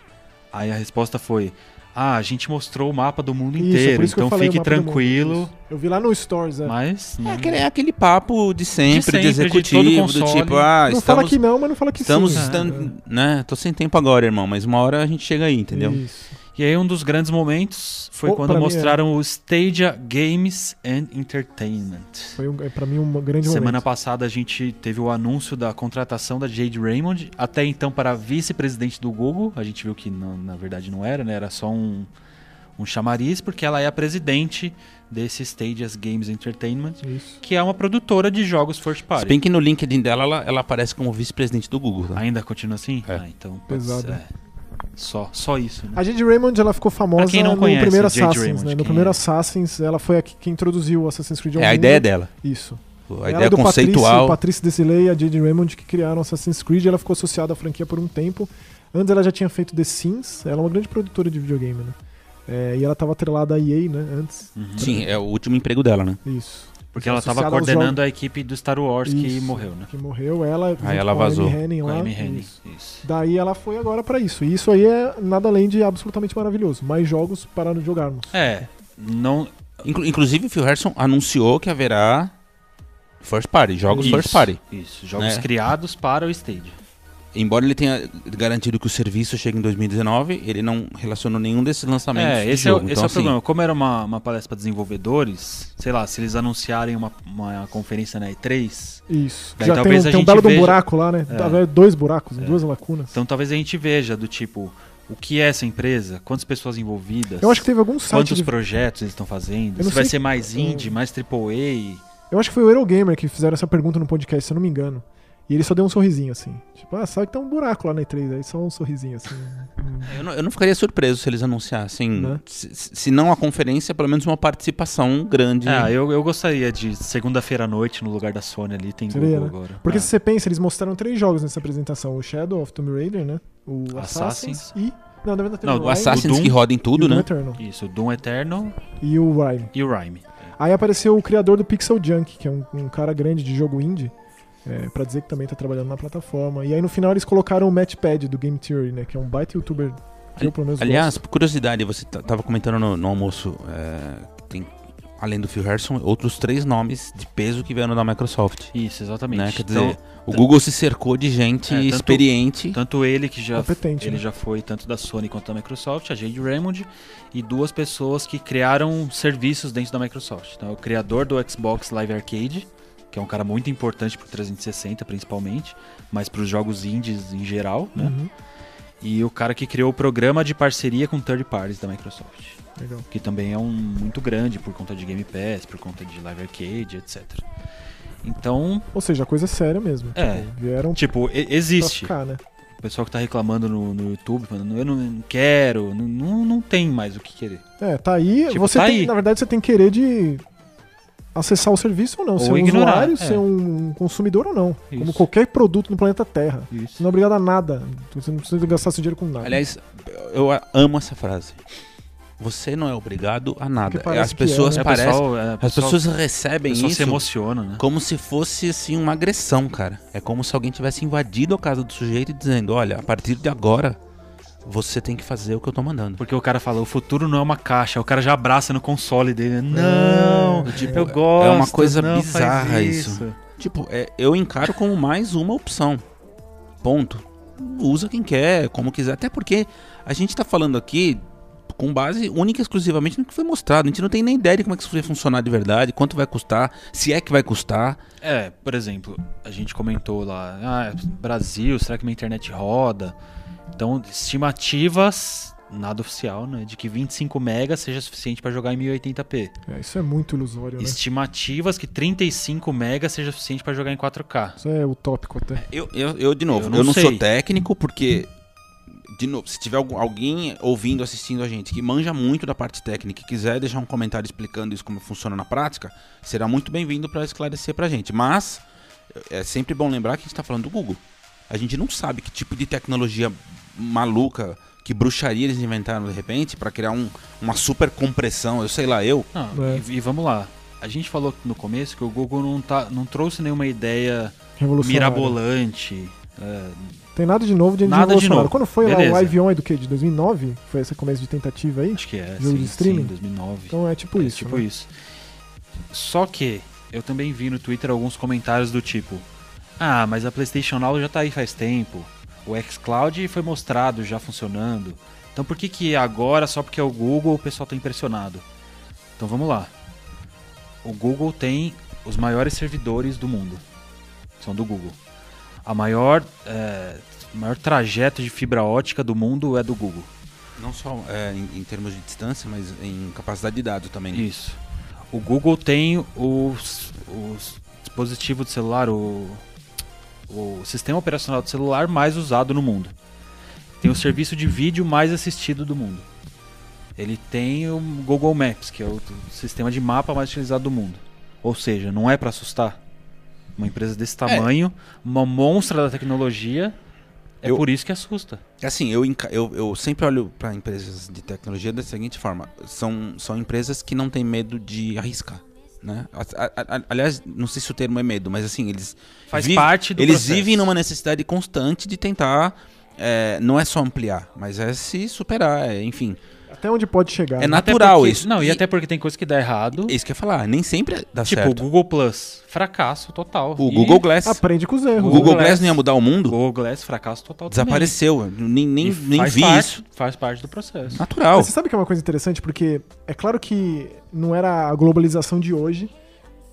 Aí a resposta foi: Ah, a gente mostrou o mapa do mundo inteiro, então falei o fique mapa do mundo, tranquilo. isso. Eu vi lá no Stories, é. Mas. né? É não- aquele, é aquele papo de De sempre, sempre, de, de executivo, todo do console. tipo, ah, não fala estamos. que não, mas não fala que estamos sim. É. estan- né? Tô sem tempo agora, irmão, mas uma hora a gente chega aí, entendeu? Isso. E aí um dos grandes momentos foi Pô, pra quando mim é. mostraram o Stadia Games and Entertainment. Foi um, é, pra mim um grande Semana momento. passada a gente teve o anúncio da contratação da Jade Raymond, até então para vice-presidente do Google. A gente viu que não- na verdade não era, né? Era só um, um chamariz, porque ela é a presidente desse Stadias Games Entertainment, Isso. que é uma produtora de jogos first Se party. bem que no LinkedIn dela, ela, ela aparece como vice-presidente do Google. tá? Ainda continua assim? É. Ah, então pode Pesado. ser- é. Só, só isso, né? A Jade Raymond ela ficou famosa Pra quem não no conhece primeiro Jade Assassin's, Raymond, né? No quem primeiro é? Assassins, ela foi a que, que introduziu o Assassin's Creed ao É a mundo. ideia dela. Isso. A Ela é ideia do conceitual. Patrício, Patrício Desilei e a Jade Raymond que criaram Assassin's Creed. Ela ficou associada à franquia por um tempo. Antes ela já tinha feito The Sims. Ela é uma grande produtora de videogame, né? É, e ela tava atrelada à EA, né? Antes. Sim, é o último emprego dela, né? Isso. Uhum. Porque ela estava associada aos coordenando a equipe do Star Wars que Isso. morreu, né? Que morreu. Ela. junto ela com a Amy vazou. Henning Com lá. a Amy Hennig. Isso. Isso. Daí ela foi agora pra isso. E isso aí é nada além de absolutamente maravilhoso. Mais jogos para nos jogarmos. É, não, Inclu- inclusive, o Phil Harrison anunciou que haverá first party, jogos Isso, first party. Isso, jogos Né? criados para o Stadia. Embora ele tenha garantido que o serviço chegue em 2019, ele não relacionou nenhum desses lançamentos É, de esse, é, jogo. o- esse então, é o assim, problema. Como era uma, uma palestra para desenvolvedores, sei lá, se eles anunciarem uma, uma conferência na E3, Isso. Daí já talvez a tem, um- tem um gente belo de um veja- buraco lá, né? É. Tá vendo? Dois buracos, duas lacunas. então talvez a gente veja do tipo, o que é essa empresa, quantas pessoas envolvidas, Eu acho que teve algum site quantos de projetos eles estão fazendo, Eu se vai não sei- é um- ser mais indie, eu- mais AAA. Eu acho que foi o Eurogamer que fizeram essa pergunta no podcast, se eu não me engano. E ele só deu um sorrisinho, assim. Tipo, ah, sabe que tem um buraco lá na E3, aí só um sorrisinho, assim. Eu não, eu não ficaria surpreso se eles anunciassem, Né? se, se não a conferência, pelo menos uma participação grande. É, Ah, eu, eu gostaria de segunda-feira à noite, no lugar da Sony ali, tem Seria, Google né? agora. Porque Ah. se você pensa, eles mostraram três jogos nessa apresentação. O Shadow of Tomb Raider, né? O Assassin's. Assassin's, e... Não, na verdade teve Não, o Rime Assassin's Doom que roda em e tudo, o Doom é né? Eternal. Isso, Doom Eternal E o Rime. e o Rhyme. Aí apareceu o criador do Pixel Junk, que é um, um cara grande de jogo indie, é, para dizer que também tá trabalhando na plataforma. E aí no final eles colocaram o Matchpad do Game Theory, né? Que é um baita youtuber que eu pelo menos Aliás, gosto. por curiosidade, você t- tava comentando no, no almoço, é, que tem, além do Phil Harrison, outros três nomes de peso que vieram da Microsoft. Isso, exatamente. Né? Quer Então, dizer, o Google se cercou de gente É, tanto- experiente. Tanto ele que já Competente, ele né? já foi tanto da Sony quanto da Microsoft, a Jade Raymond e duas pessoas que criaram serviços dentro da Microsoft. Então, é o criador do Xbox Live Arcade, que é um cara muito importante pro 360 principalmente, mas pros jogos indies em geral, né? Uhum, E o cara que criou o programa de parceria com third parties da Microsoft, legal. que também é um muito grande por conta de Game Pass, por conta de Live Arcade, etc. Então, Ou seja, a coisa é séria mesmo. É. Tipo, vieram tipo, e- pra existe. ficar, né? O pessoal que tá reclamando no, no YouTube, falando, eu não, não quero, não, não, não tem mais o que querer. É, tá aí. Tipo, você tá tem, aí. na verdade, você tem que querer de acessar o serviço ou não, Ou ser um ignorar, usuário, é. ser um consumidor ou não. Como Isso. qualquer produto no planeta Terra. Você Isso. não é obrigado a nada. Você não precisa gastar seu dinheiro com nada. Aliás, eu a- amo essa frase. Você não é obrigado a nada. Porque parece As que é, pessoas né? parecem. é, As pessoas recebem pessoal se isso emociona, né? como se fosse assim uma agressão, cara. É como se alguém tivesse invadido a casa do sujeito e dizendo: "Olha, a partir de agora você tem que fazer o que eu tô mandando". Porque o cara fala, o futuro não é uma caixa, o cara já abraça no console dele. Não, tipo, eu gosto. é uma coisa não, faz bizarra isso. Tipo, é, eu encaro como mais uma opção. Ponto. Usa quem quer, como quiser. Até porque a gente tá falando aqui com base única e exclusivamente no que foi mostrado. A gente não tem nem ideia de como é que isso vai funcionar de verdade, quanto vai custar, se é que vai custar. É, por exemplo, a gente comentou lá, ah, Brasil, será que minha internet roda? Então, estimativas, nada oficial, né? De que 25 MB seja suficiente pra jogar em 1080p. É, isso é muito ilusório, né? Estimativas que 35 mega seja suficiente pra jogar em 4K. Isso é utópico até. Eu, eu, eu, de novo, eu Eu não, não sou sei. técnico, porque. De novo, se tiver algum- alguém ouvindo, assistindo a gente que manja muito da parte técnica e quiser deixar um comentário explicando isso como funciona na prática, será muito bem-vindo para esclarecer pra gente. Mas é sempre bom lembrar que a gente tá falando do Google. A gente não sabe que tipo de tecnologia maluca, que bruxaria eles inventaram de repente para criar um- uma super compressão, eu sei lá, eu. Não, É. e, e vamos lá. A gente falou no começo que o Google não, tá, não trouxe nenhuma ideia Revolucionário. mirabolante. é, Tem nada de novo de Nada de revolucionário. novo. Quando foi lá Beleza. o Live On é do quê? De 2009? Foi esse começo de tentativa aí? acho que é, Jogo de sim, streaming? sim, 2009. Então é tipo É, isso. tipo né? isso. Só que eu também vi no Twitter alguns comentários do tipo: Ah, mas a PlayStation Now já tá aí faz tempo. O xCloud foi mostrado já funcionando. Então por que que agora, só porque é o Google, o pessoal tá impressionado? Então vamos lá. O Google tem os maiores servidores do mundo. São do Google. A maior, eh, maior trajeto de fibra ótica do mundo é do Google. Não só é, em, em termos de distância, mas em capacidade de dado também. né? Isso. O Google tem os, os dispositivos de celular, o, o sistema operacional de celular mais usado no mundo. Tem Uhum. o serviço de vídeo mais assistido do mundo. Ele tem o Google Maps, que é o sistema de mapa mais utilizado do mundo. Ou seja, não é para assustar. Uma empresa É. desse tamanho, uma monstra da tecnologia, é Eu- por isso que assusta. Assim, eu, enca- eu, eu sempre olho para empresas de tecnologia da seguinte forma: são, são empresas que não têm medo de arriscar. Né? A- a- a- aliás, não sei se o termo é medo, mas assim, eles, Faz Vive- parte do eles processo. vivem numa necessidade constante de tentar. é, não é só ampliar, mas é se superar, é, enfim. Até onde pode chegar. É né? Até natural porque- isso. Não, e, E- até porque tem coisa que dá errado. É isso que eu ia falar, nem sempre dá Tipo, o Tá certo. Google Plus, fracasso total. O E Google Glass. Aprende com os erros. o Google Google Glass Glass não ia mudar o mundo, Google Glass, fracasso total desapareceu. Nem, nem, também. E nem faz vi parte- isso. Faz parte do processo. Natural. Mas você sabe que é uma coisa interessante? Porque é claro que não era a globalização de hoje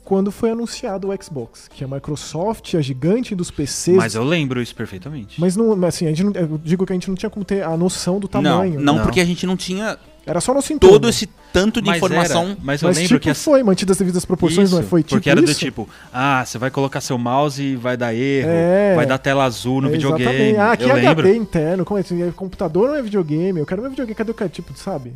quando foi anunciado o Xbox, que a Microsoft, a gigante dos PCs. Mas eu lembro isso perfeitamente. Mas não, mas assim, a gente não, eu digo que a gente não tinha como ter a noção do tamanho. Não, não Não. porque a gente não tinha Era só nosso entorno. Todo esse tanto de Mas informação. era, mas eu Mas lembro tipo que as- foi, mantidas as devidas proporções, não é? Isso, Foi tipo Porque era do isso? tipo, ah, você vai colocar seu mouse e vai dar erro, É. vai dar tela azul Tipo, no É, videogame. Exatamente. Ah, aqui eu é HD lembro. interno. Como é isso? É Computador não é videogame. Eu quero meu videogame. Cadê o cara? Tipo, sabe?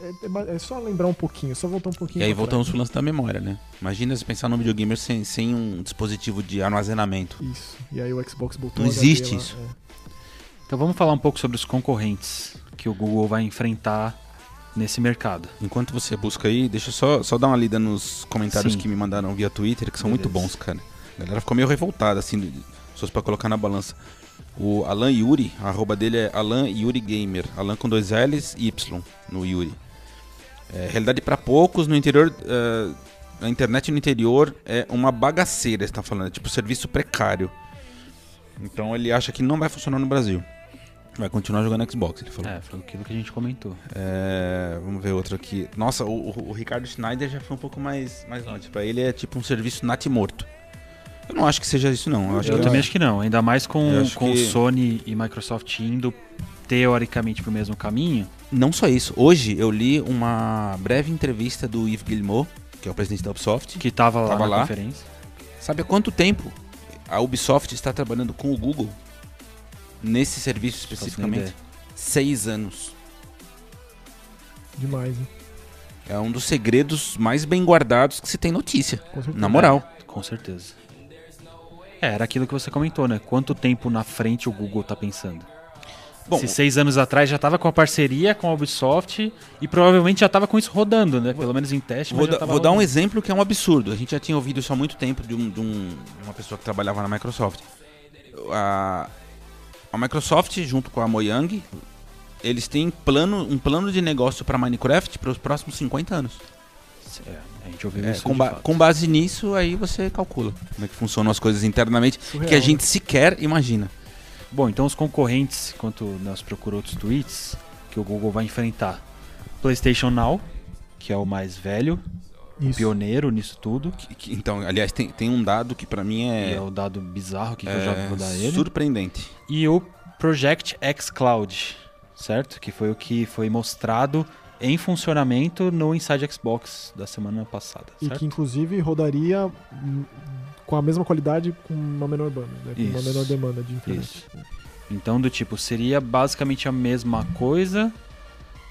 É, é- é só lembrar um pouquinho, só voltar um pouquinho. E aí pra voltamos pro lance da memória, né? Imagina se pensar num videogame sem, sem um dispositivo de armazenamento. trás. Isso. E aí o Xbox botou Não o HD existe lá, isso. é. Então vamos falar um pouco sobre os concorrentes que o Google vai enfrentar nesse mercado. Enquanto você busca aí, deixa eu só, só dar uma lida nos comentários Sim. que me mandaram via Twitter, que são Beleza. muito bons, cara. A galera ficou meio revoltada, assim, de- se fosse pra colocar na balança. O Alan Yuri, a arroba dele é Alan Yuri Gamer. Alan com dois L's e Y no Yuri. É, realidade pra poucos, no interior. eh, a internet no interior é uma bagaceira, está falando. É tipo serviço precário. Então ele acha que não vai funcionar no Brasil. Vai continuar jogando Xbox, ele falou. É, foi aquilo que a gente comentou. É, vamos ver outro aqui. Nossa, o, o- o Ricardo Schneider já foi um pouco mais, mais longe. Pra ele é tipo um serviço natimorto. Eu não acho que seja isso, não. Eu acho eu que é também acho que não, ainda mais com, Eu acho com que- Sony e Microsoft indo teoricamente pro mesmo caminho. Não só isso. Hoje eu li uma breve entrevista do Yves Guillemot, que é o presidente da Ubisoft. Que tava lá Tava na lá. conferência. Sabe há quanto tempo a Ubisoft está trabalhando com o Google? Nesse serviço Faço especificamente? Tá ideia. Seis anos. Demais, hein? É um dos segredos mais bem guardados que se tem notícia. Com certeza. Na moral. Com certeza. É, era aquilo que você comentou, né? Quanto tempo na frente o Google tá pensando? Bom, É. Se seis anos atrás já tava com a parceria com a Ubisoft e provavelmente já tava com isso rodando, né? Pelo menos em teste. Vou, mas já da- tava vou dar um rodando. exemplo que é um absurdo. A gente já tinha ouvido isso há muito tempo de, um- de um- de uma pessoa que trabalhava na Microsoft. A, a Microsoft, junto com a Mojang, eles têm plano, um plano de negócio para Minecraft para os próximos 50 anos. É, a gente ouviu É, isso. com, de ba- fato. com base nisso, aí você calcula como é que funcionam as coisas internamente, Surreal, que a né? gente sequer imagina. Bom, então os concorrentes, quanto nós procurou outros tweets, que o Google vai enfrentar. PlayStation Now, que é o mais velho, Isso. pioneiro nisso tudo. Que- que- então, aliás, tem, tem um dado que para mim É. é, é o dado bizarro que, que eu já é vou dar ele. surpreendente. e o Project X Cloud, certo? Que foi o que foi mostrado em funcionamento no Inside Xbox da semana passada, E certo? que inclusive rodaria hum, com a mesma qualidade com uma menor banda, né? Com uma Isso. menor demanda de internet. Isso. Então, do tipo, seria basicamente a mesma coisa,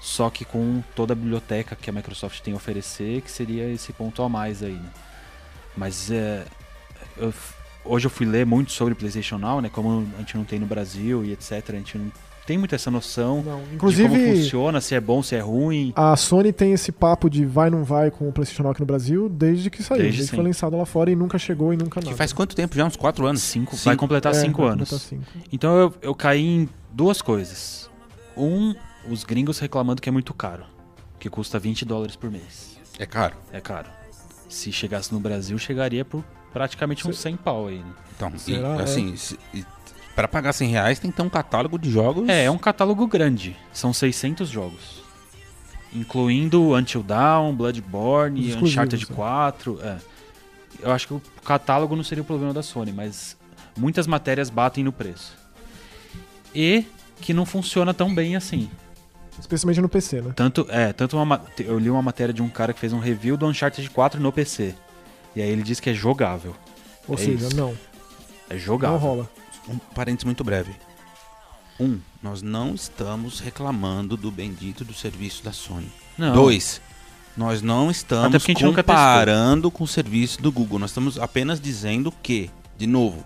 só que com toda a biblioteca que a Microsoft tem a oferecer, que seria esse ponto a mais aí, né? Mas é, eu f- hoje eu fui ler muito sobre PlayStation Now, né? Como a gente não tem no Brasil e etc. A gente não tem muito essa noção Não, de como inclusive, funciona, se é bom, se é ruim. a Sony tem esse papo de vai não vai com o PlayStation Now aqui no Brasil desde que saiu, Desde desde, que foi sempre. lançado lá fora e nunca chegou e nunca nada. Que faz quanto tempo já? Uns 4 anos? Cinco, Cinco. vai completar É, cinco vai anos. completar cinco. Então eu, eu caí em duas coisas. Um, os gringos reclamando que é muito caro, que custa 20 dólares por mês. É caro. É caro. Se chegasse no Brasil, chegaria por praticamente uns 100 pau aí, né? Então, e, Será? assim, se- e pra pagar 100 reais tem que ter um catálogo de jogos. É, é um catálogo grande. São 600 jogos. Incluindo Until Dawn, Os Bloodborne, exclusivos, Uncharted né? 4. é. Eu acho que o catálogo não seria o problema da Sony, mas muitas matérias batem no preço. E que não funciona tão bem assim. Especialmente no PC, né? Tanto, é, tanto uma, ma- te- eu li uma matéria de um cara que fez um review do Uncharted 4 no PC. E aí ele disse que é jogável. Então, Ou É seja, isso. não, É não jogável. rola. Um parênteses muito breve. Um, nós não estamos reclamando do bendito do serviço da Sony. Não. Dois, nós não Até estamos porque a gente nunca testou. comparando com o serviço do Google. Nós estamos apenas dizendo que, de novo,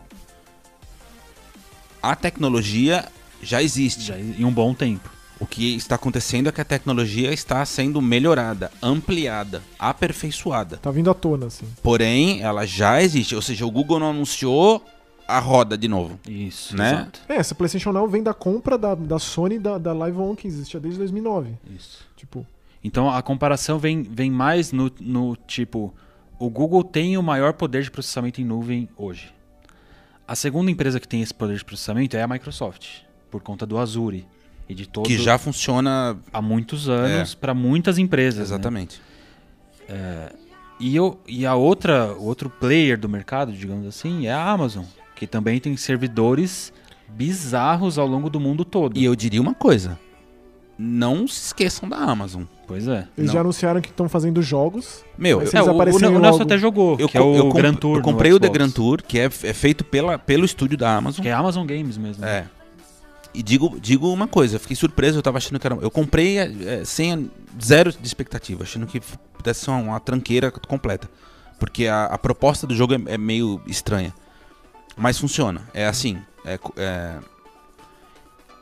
a tecnologia já existe. Já em um bom tempo. O que está acontecendo é que a tecnologia está sendo melhorada, ampliada, aperfeiçoada. Tá vindo à tona, assim. Porém, ela já existe. Ou seja, o Google não anunciou a roda de novo. Isso, Né? exato. É, essa PlayStation Now vem da compra da, da Sony e da, da Live On, que existia desde 2009. Isso. Tipo, Então a comparação vem, vem mais no, no tipo: o Google tem o maior poder de processamento em nuvem hoje. A segunda empresa que tem esse poder de processamento é a Microsoft, por conta do Azure e de todo Que já funciona há muitos anos para muitas empresas. né? exatamente. E, eu, e a outra, o outro player do mercado, digamos assim, é a Amazon, que também tem servidores bizarros ao longo do mundo todo. E eu diria uma coisa. não se esqueçam da Amazon. Pois é. Eles Não. já anunciaram que estão fazendo jogos. Meu, Mas É, eu- Eles o, o, aparecerem o Nelson logo. até jogou, eu, que é o eu comp- Gran Tour. eu no comprei o The Xbox, Grand Tour, que é, é feito pela, pelo estúdio da Amazon. Que é Amazon Games mesmo. É. E digo, digo uma coisa, eu fiquei surpreso, eu tava achando que era. Eu comprei é, sem zero de expectativa, achando que f- pudesse ser uma, uma tranqueira completa. Porque a, a proposta do jogo é, é meio estranha. Mas funciona. É assim. é co- é-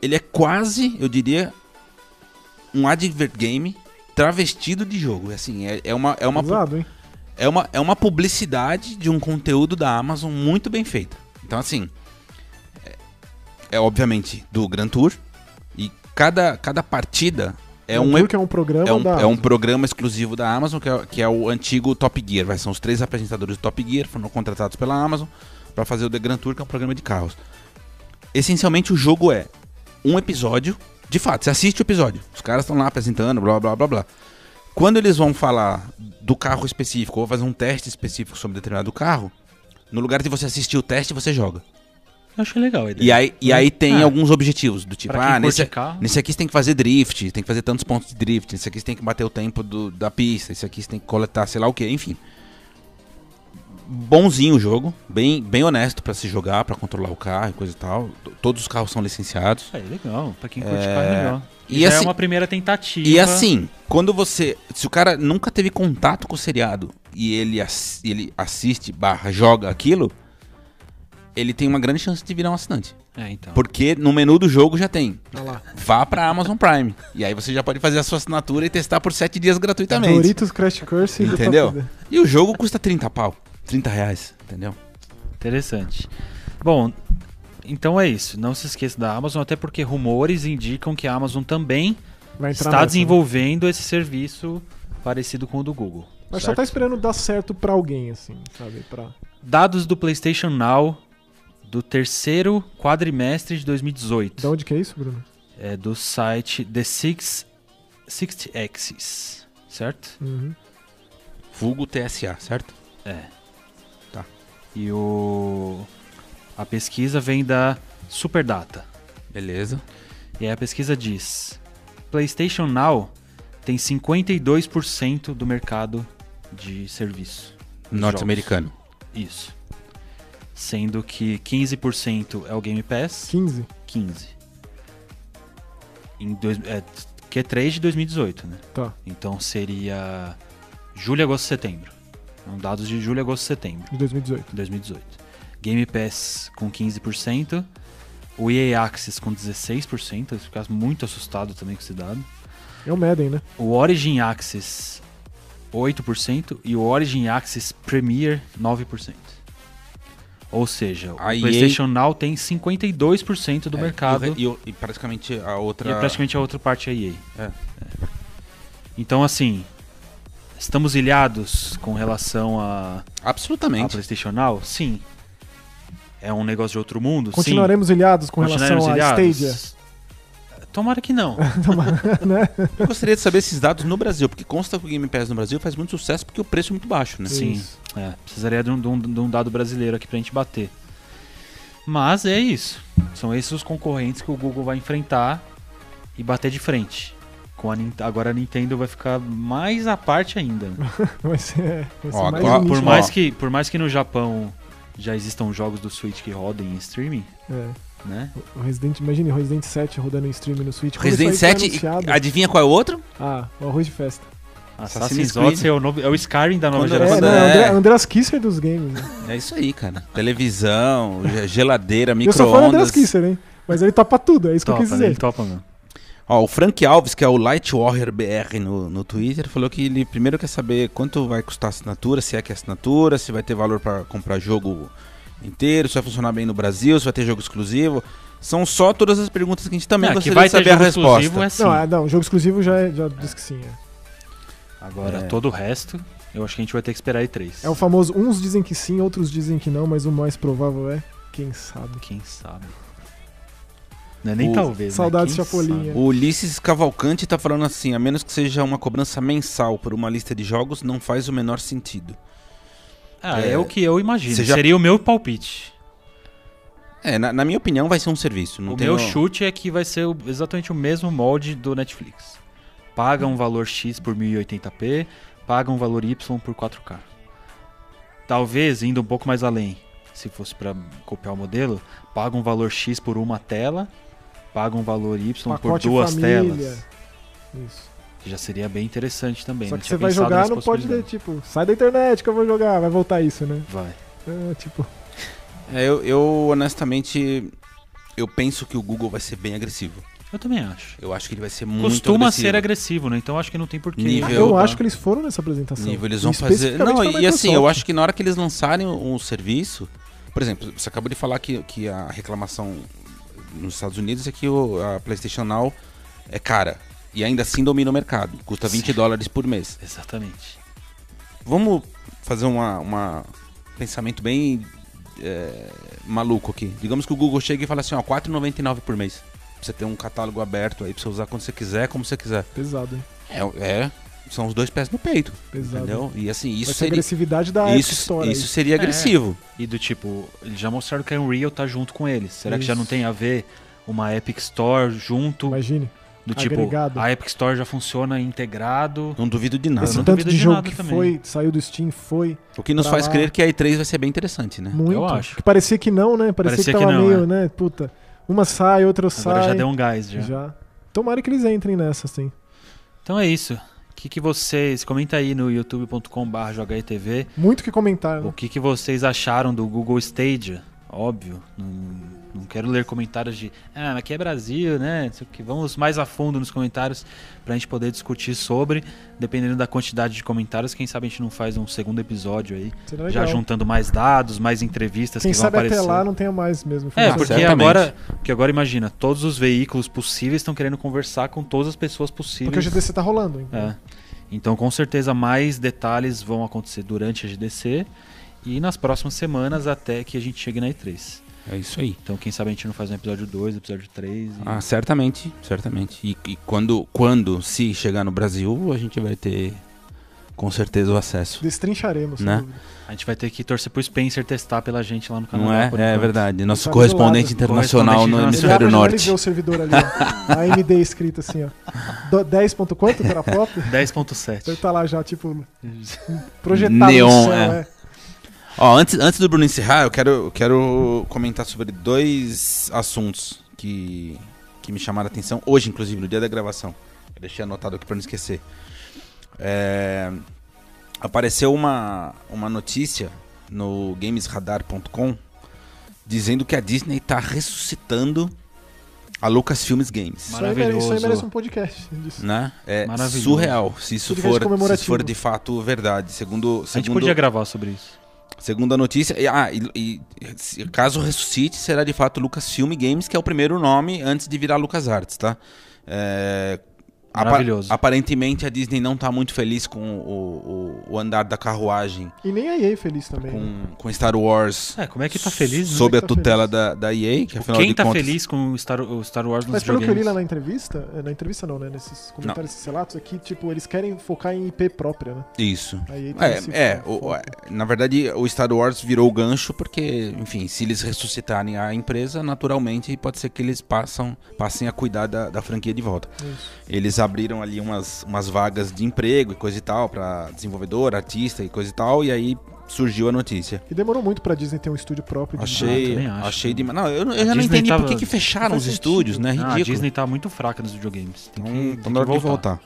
Ele é quase, eu diria, um advert game travestido de jogo. É assim, é, é uma, é, uma, pu- Pesado, hein? é, uma, é uma publicidade de um conteúdo da Amazon muito bem feita. Então, assim, é, é obviamente do Grand Tour e cada, cada partida é um, Viu ep- que é um programa é um, da é um programa exclusivo da Amazon, que é, que é o antigo Top Gear. Vai, são os três apresentadores do Top Gear, foram contratados pela Amazon para fazer o The Grand Tour, que é um programa de carros. Essencialmente, o jogo é um episódio. De fato, você assiste o episódio. Os caras estão lá apresentando, blá, blá, blá, blá. Quando eles vão falar do carro específico ou fazer um teste específico sobre determinado carro, no lugar de você assistir o teste, você joga. Eu achei legal a ideia. E aí, e aí tem Ah. alguns objetivos, do tipo, Pra quem ah, curte nesse, carro. nesse aqui você tem que fazer drift, tem que fazer tantos pontos de drift, nesse aqui você tem que bater o tempo do- da pista, esse aqui você tem que coletar sei lá o que, enfim. Bonzinho o jogo, bem, bem honesto pra se jogar, pra controlar o carro e coisa e tal. T- Todos os carros são licenciados. É legal, pra quem curte carro é legal. e E já é assim- uma primeira tentativa. E assim, quando você. Se o cara nunca teve contato com o seriado e ele, ass- ele assiste barra joga aquilo, ele tem uma grande chance de virar um assinante. É, então. Tá Porque no menu do jogo já tem. Olha lá. Vá pra Amazon Prime. E aí você já pode fazer a sua assinatura e testar por 7 dias gratuitamente. Doritos Crash Curse. tá e do Entendeu? Top Gear. E o jogo custa 30 pau. 30 reais, entendeu? Interessante. Bom, então é isso. Não se esqueça da Amazon, até porque rumores indicam que a Amazon também Vai entrar está nessa, né? desenvolvendo esse serviço parecido com o do Google. Mas só certo? tá esperando dar certo pra alguém, assim, sabe? Pra... Dados do PlayStation Now do terceiro quadrimestre de De 2018. onde que é isso, Bruno? É do site The Six, 60 Axis, certo? Uhum. Vulgo TSA, certo? E o a pesquisa vem da Superdata. Beleza. E aí a pesquisa diz: PlayStation Now tem 52% do mercado de serviço. Norte-americano. Isso. Sendo que 15% é o Game Pass, 15. 15. Em dois, é, Q3 de 2018, né? Tá. Então seria julho, agosto, setembro. Então, dados de julho, agosto, setembro De 2018. de 2018. Game Pass com 15%, o EA Access com 16%, eu ficava muito assustado também com esse dado. É o Madden, né? O Origin Access 8% e o Origin Access Premier 9%. Ou seja, o A EA PlayStation Now tem 52% do É, mercado E, e, o re- e o- e praticamente a outra. praticamente a outra parte é EA. É. Então assim, estamos ilhados com relação a a Absolutamente. PlayStation Now? Sim. É um negócio de outro mundo? Continuaremos ilhados Sim. com relação Continuaremos à ilhados? Stadia. Tomara que não. [laughs] né? Eu gostaria de saber esses dados no Brasil, porque consta que o Game Pass no Brasil faz muito sucesso porque o preço é muito baixo, né? Sim. Isso. É, precisaria de um, de um- de um dado brasileiro aqui pra gente bater. Mas é isso. São esses os concorrentes que o Google vai enfrentar e bater de frente. Com a Nin- Agora a Nintendo vai ficar mais à parte [laughs] ainda. Vai ser, vai ser Ó, mais agora- um Por nicho, mais, Ó. que, por mais que no Japão já existam jogos do Switch que rodem em streaming, né? né? É. O Resident, imagine o Resident 7 rodando em stream no Switch. Quando Resident isso aí foi 7, e- anunciado- adivinha qual é o outro? Ah, o arroz de festa. Assassin's, Assassin's Creed. Odyssey é o, novo- é o Skyrim da nova Quando- geração. É, não, é. é. André, Andreas Kisser dos games. Né? É isso aí, cara. Televisão, ge- geladeira, Eu sou fã do Andreas micro-ondas. Kisser, hein? Mas ele topa tudo, é isso que eu quis Topa, né? dizer. Ele topa, mano. Ó, o Frank Alves, que é o Light Warrior BR no, no Twitter, falou que ele primeiro quer saber quanto vai custar a assinatura, se é que é assinatura, se vai ter valor pra comprar jogo inteiro, se vai funcionar bem no Brasil, se vai ter jogo exclusivo. São só todas as perguntas que a gente também Ah, que gostaria vai de saber ter a jogo resposta. exclusivo é sim. Não, é, não, jogo exclusivo já, é- já disse que sim. É. Agora, É. todo o resto, eu acho que a gente vai ter que esperar E3. é o famoso, uns dizem que sim, outros dizem que não, mas o mais provável é, quem sabe. Quem sabe? Não é nem O- talvez. Saudades né? Quem Chapolin, sabe? O Ulisses Cavalcante tá falando assim, a menos que seja uma cobrança mensal por uma lista de jogos, não faz o menor sentido. Ah, é, É. o que eu imagino. Você já- Seria o meu palpite. É, na, na minha opinião, vai ser um serviço. Não o tem meu o- chute é que vai ser o- exatamente o mesmo molde do Netflix. Paga um valor X por 1080p, paga um valor Y por 4K. Talvez, indo um pouco mais além, se fosse pra copiar o modelo, paga um valor X por uma tela, paga um valor Y por Pacote duas família. telas. Isso. Que já seria bem interessante também. Só não que você tinha vai pensado jogar, nessa não pode, possibilidade. tipo, sai da internet que eu vou jogar, vai voltar isso, né? Vai. É, tipo, É, eu, eu, honestamente, eu penso que o Google vai ser bem agressivo. Eu também acho. Eu acho que ele vai ser muito Costuma agressivo. ser agressivo, né? Então acho que não tem porquê. Nível- eu tá? acho que eles foram nessa apresentação. Nível, eles vão fazer. Especificamente Não, pra e assim, eu Microsoft. acho que na hora que eles lançarem um serviço. Por exemplo, você acabou de falar que, que a reclamação nos Estados Unidos é que o, a PlayStation Now é cara. E ainda assim domina o mercado. Custa 20 dólares por mês. Exatamente. Vamos fazer um uma pensamento bem é, maluco aqui. Digamos que o Google chega e fala assim: ó, 4,99 por mês. Pra você ter um catálogo aberto aí pra você usar quando você quiser, como você quiser. Pesado, hein? É, é, são os dois pés no peito. Pesado. Entendeu? E assim, Vai isso ser Ah, é a seria. agressividade da App Isso, Store. isso aí. seria agressivo. E do tipo, eles já mostraram que a Unreal tá junto com eles. Será que já Isso. não tem a ver uma Epic Store junto? Imagine. do tipo, agregado. a Epic Store já funciona integrado. Não duvido de nada. Esse- Esse Ah, não tanto duvido de de jogo nada que também. foi, saiu do Steam, foi O que nos Pra faz lá. crer é que a E3 vai ser bem interessante, né? muito. acho. Que parecia que não, né? Parecia, Parecia que que tava não, é. meio, né? Puta, uma sai, outra Agora sai. já deu um gás já. Já. Tomara que eles entrem nessa, assim. Então é isso. O que, que vocês. Comenta aí no youtube.com.br HETV Muito o que comentar, o né? que, que vocês acharam do Google Stadia. Óbvio. Não, não quero ler comentários de. Ah, mas aqui é Brasil, né? não sei o quê. Vamos mais a fundo nos comentários pra gente poder discutir sobre. Dependendo da quantidade de comentários, quem sabe a gente não faz um segundo episódio aí. Será já legal. juntando mais dados, mais entrevistas Quem que vão sabe aparecer. até lá não tenha mais mesmo. É, informação. porque certamente. agora, porque agora imagina, todos os veículos possíveis estão querendo conversar com todas as pessoas Porque o possíveis. GDC tá rolando, hein? É. Então, com certeza mais detalhes vão acontecer durante a GDC e nas próximas semanas até que a gente chegue na E3. É isso aí. Então, quem sabe a gente não faz um episódio 2, episódio 3 e Ah, certamente, certamente. E, e quando, quando, se chegar no Brasil, a gente vai ter com certeza o acesso. Destrincharemos, sem Né? dúvida. a gente vai ter que torcer pro Spencer testar pela gente lá no canal. Não é? É verdade. Nosso Tá correspondente isolado. internacional Correspondente no internacional. Ele abre Hemisfério a janela e vê Norte. o servidor ali, ó. A AMD escrito assim, ó. Do- 10 ponto [laughs] quanto, terapop? Ele 10.7. tá lá [laughs] já, tipo, projetado Neon, no céu, é. é. Ó, antes, antes do Bruno encerrar, eu quero, eu quero comentar sobre dois assuntos que, que me chamaram a atenção hoje, inclusive, no dia da gravação. Eu deixei anotado aqui pra não esquecer. É, apareceu uma, uma notícia no gamesradar.com dizendo que a Disney tá ressuscitando a Lucasfilmes Games. Isso aí, merece, isso aí Maravilhoso. merece um podcast disso. Né? É Maravilhoso. surreal se isso, Podcast for, se isso comemorativo. for de fato verdade. A Segundo, gente segundo podia gravar sobre isso. Segunda notícia, e- ah, e, e se- caso ressuscite, será de fato Lucasfilm Games, que é o primeiro nome antes de virar LucasArts, tá? É, apa- Maravilhoso. aparentemente a Disney não tá muito feliz com o, o- o andar da carruagem E nem a EA feliz também. né? com, com Star Wars É, como é que tá feliz? né? sob a Tá tutela feliz. da, da EA, que afinal Quem de tá contas... feliz com o Star, o Star Wars nos Mas pelo que eu li videogames? lá na entrevista, é, na entrevista não, né? Nesses comentários, esses relatos, é que, tipo, eles querem focar em IP própria, né? Isso. A EA tem esse É, é, foco. o- é, na verdade o Star Wars virou o gancho porque, enfim, se eles ressuscitarem a empresa, naturalmente pode ser que eles passam, passem a cuidar da- da franquia de volta. Isso. Eles abriram ali umas, umas vagas de emprego e coisa e tal, pra desenvolvedor, artista e coisa e tal, e aí surgiu a notícia. E demorou muito pra Disney ter um estúdio próprio. de Ah, eu Achei, também acho. achei demais. Não, eu, eu já não Disney entendi tava- por que, que fecharam Não os faz estúdios, sentido. né? Ah, Ridículo. a Disney tá muito fraca nos videogames. Tem que, Então, tem que então dá de voltar. voltar.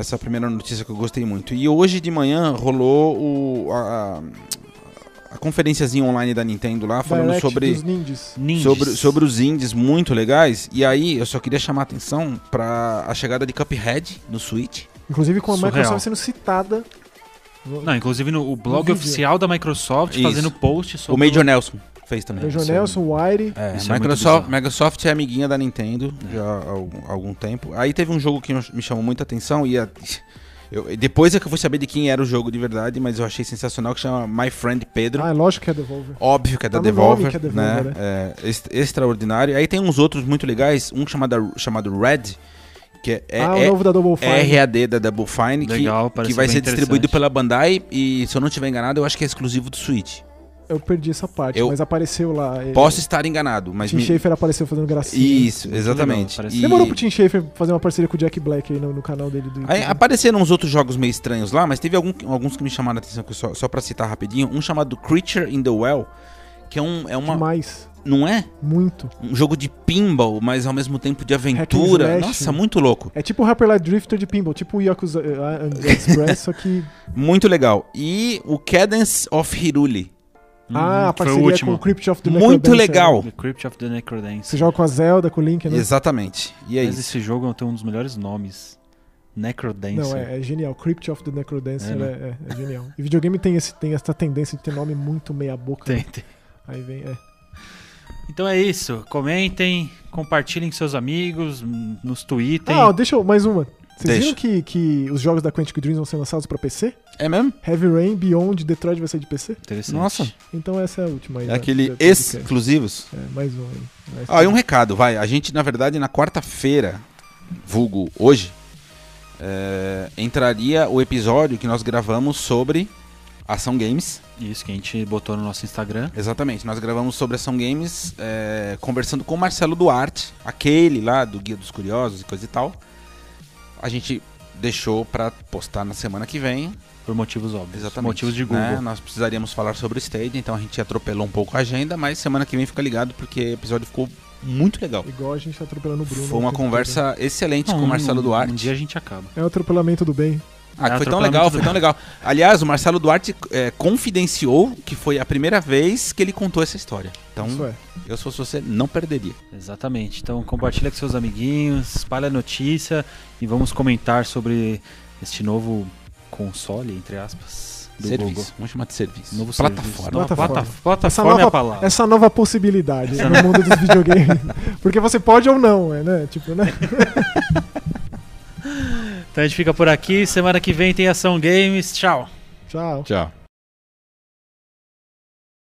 Essa é a primeira notícia que eu gostei muito. E hoje de manhã rolou o, a, a, a conferenciazinha online da Nintendo lá, falando Direct sobre dos ninjas. Ninjas. sobre, sobre os indies muito legais. E aí, eu só queria chamar a atenção para a chegada de Cuphead no Switch. Inclusive com a Surreal. Microsoft sendo citada. Não, inclusive no o blog vídeo. oficial da Microsoft Isso. fazendo post O sobre. Major Nelson fez também. Major Isso é- né? Nelson, Wire. É, Isso é muito Microsoft, bizarro. Microsoft é amiguinha da Nintendo já há algum, algum tempo. Aí teve um jogo que me chamou muita atenção e a- eu- depois é que eu fui saber de quem era o jogo de verdade, mas eu achei sensacional que chama My Friend Pedro. Ah, é lógico que é Devolver. Óbvio que é da Tá no Devolver, nome que é né? Devolver, É, est- extraordinário. Aí tem uns outros muito legais, um chamado, chamado Red, que é, é- ah, é o novo da Double Fine. RAD da Double Fine, que- Legal, que, parece vai bem ser distribuído interessante. pela Bandai e, se eu não estiver enganado, eu acho que é exclusivo do Switch. Eu perdi essa parte, Eu- mas apareceu lá. ele- Posso estar enganado, mas. Tim me- Schafer apareceu fazendo gracinha. Isso, exatamente. legal, parece- E- Demorou pro Tim Schafer fazer uma parceria com o Jack Black aí no, no canal dele do Aí YouTube. apareceram uns outros jogos meio estranhos lá, mas teve algum- alguns que me chamaram a atenção, que só, só pra citar rapidinho. Um chamado Creature in the Well, que é, um, é uma. Demais. Não é? Muito. Um jogo de pinball, mas ao mesmo tempo de aventura. slash. Nossa, muito louco. É tipo o Rapper Light Drifter de Pinball, tipo o Yakuza eh, ah, and [laughs] Express, só que. Muito legal. E o Cadence of Hiruli. Hum, Ah, foi a o parceria último. com o Crypt of the Muito Necrodancer, né? legal. The Crypt of the Necrodance. Você joga com a Zelda, com o Link, né? Exatamente. E é Mas isso. esse jogo tem um dos melhores nomes. Necrodance. Não, é, é genial. Crypt of the Necrodancer É, é, né? é- é genial. E videogame tem, esse, tem essa tendência de ter nome muito meia-boca. Tem, tem. Aí vem. É. Então é isso. Comentem, compartilhem com seus amigos, hum, nos Twitter. Ah, ó, deixa eu. Mais uma. Vocês Deixa. viram que, que os jogos da Quantic Dreams vão ser lançados pra PC? É mesmo? Heavy Rain, Beyond, Detroit vai ser de PC? Interessante. Nossa. Então essa é a última aí. É da- aquele da- do podcast. exclusivos. É, mais um aí. Essa- Ah, e um recado, vai. A gente, na verdade, na quarta-feira, vulgo hoje, é, entraria o episódio que nós gravamos sobre Ação Games. Isso que a gente botou no nosso Instagram. Exatamente, nós gravamos sobre Ação Games, é, conversando com o Marcelo Duarte, aquele lá do Guia dos Curiosos e coisa e tal. A gente deixou pra postar na semana que vem. Por motivos óbvios. Exatamente. Motivos de Google. né? Nós precisaríamos falar sobre o Stadia, então a gente atropelou um pouco a agenda, mas semana que vem fica ligado porque o episódio ficou muito legal. Igual a gente tá atropelando o Bruno. Foi uma o tempo conversa excelente Não, com o Marcelo um- Duarte. Um dia a gente acaba. todo. É o atropelamento do bem. Ah, que foi tão atropelamento legal, do foi tão legal. Aliás, o Marcelo Duarte eh, confidenciou que foi a primeira vez que ele contou essa história. Então, Isso é. eu se fosse você, não perderia. Exatamente. Então compartilha com seus amiguinhos, espalha a notícia e vamos comentar sobre este novo console, entre aspas, do serviço. Google. Vamos chamar de serviço. Novo Plataforma. serviço. Então, tá. Não, Plataforma. plata- plataforma é a palavra. essa nova possibilidade Essa no mundo dos videogames. [laughs] Porque você pode ou não, é, né? Tipo, né? Então a gente fica por aqui. Semana que vem tem Ação Games. Tchau. Tchau. Tchau.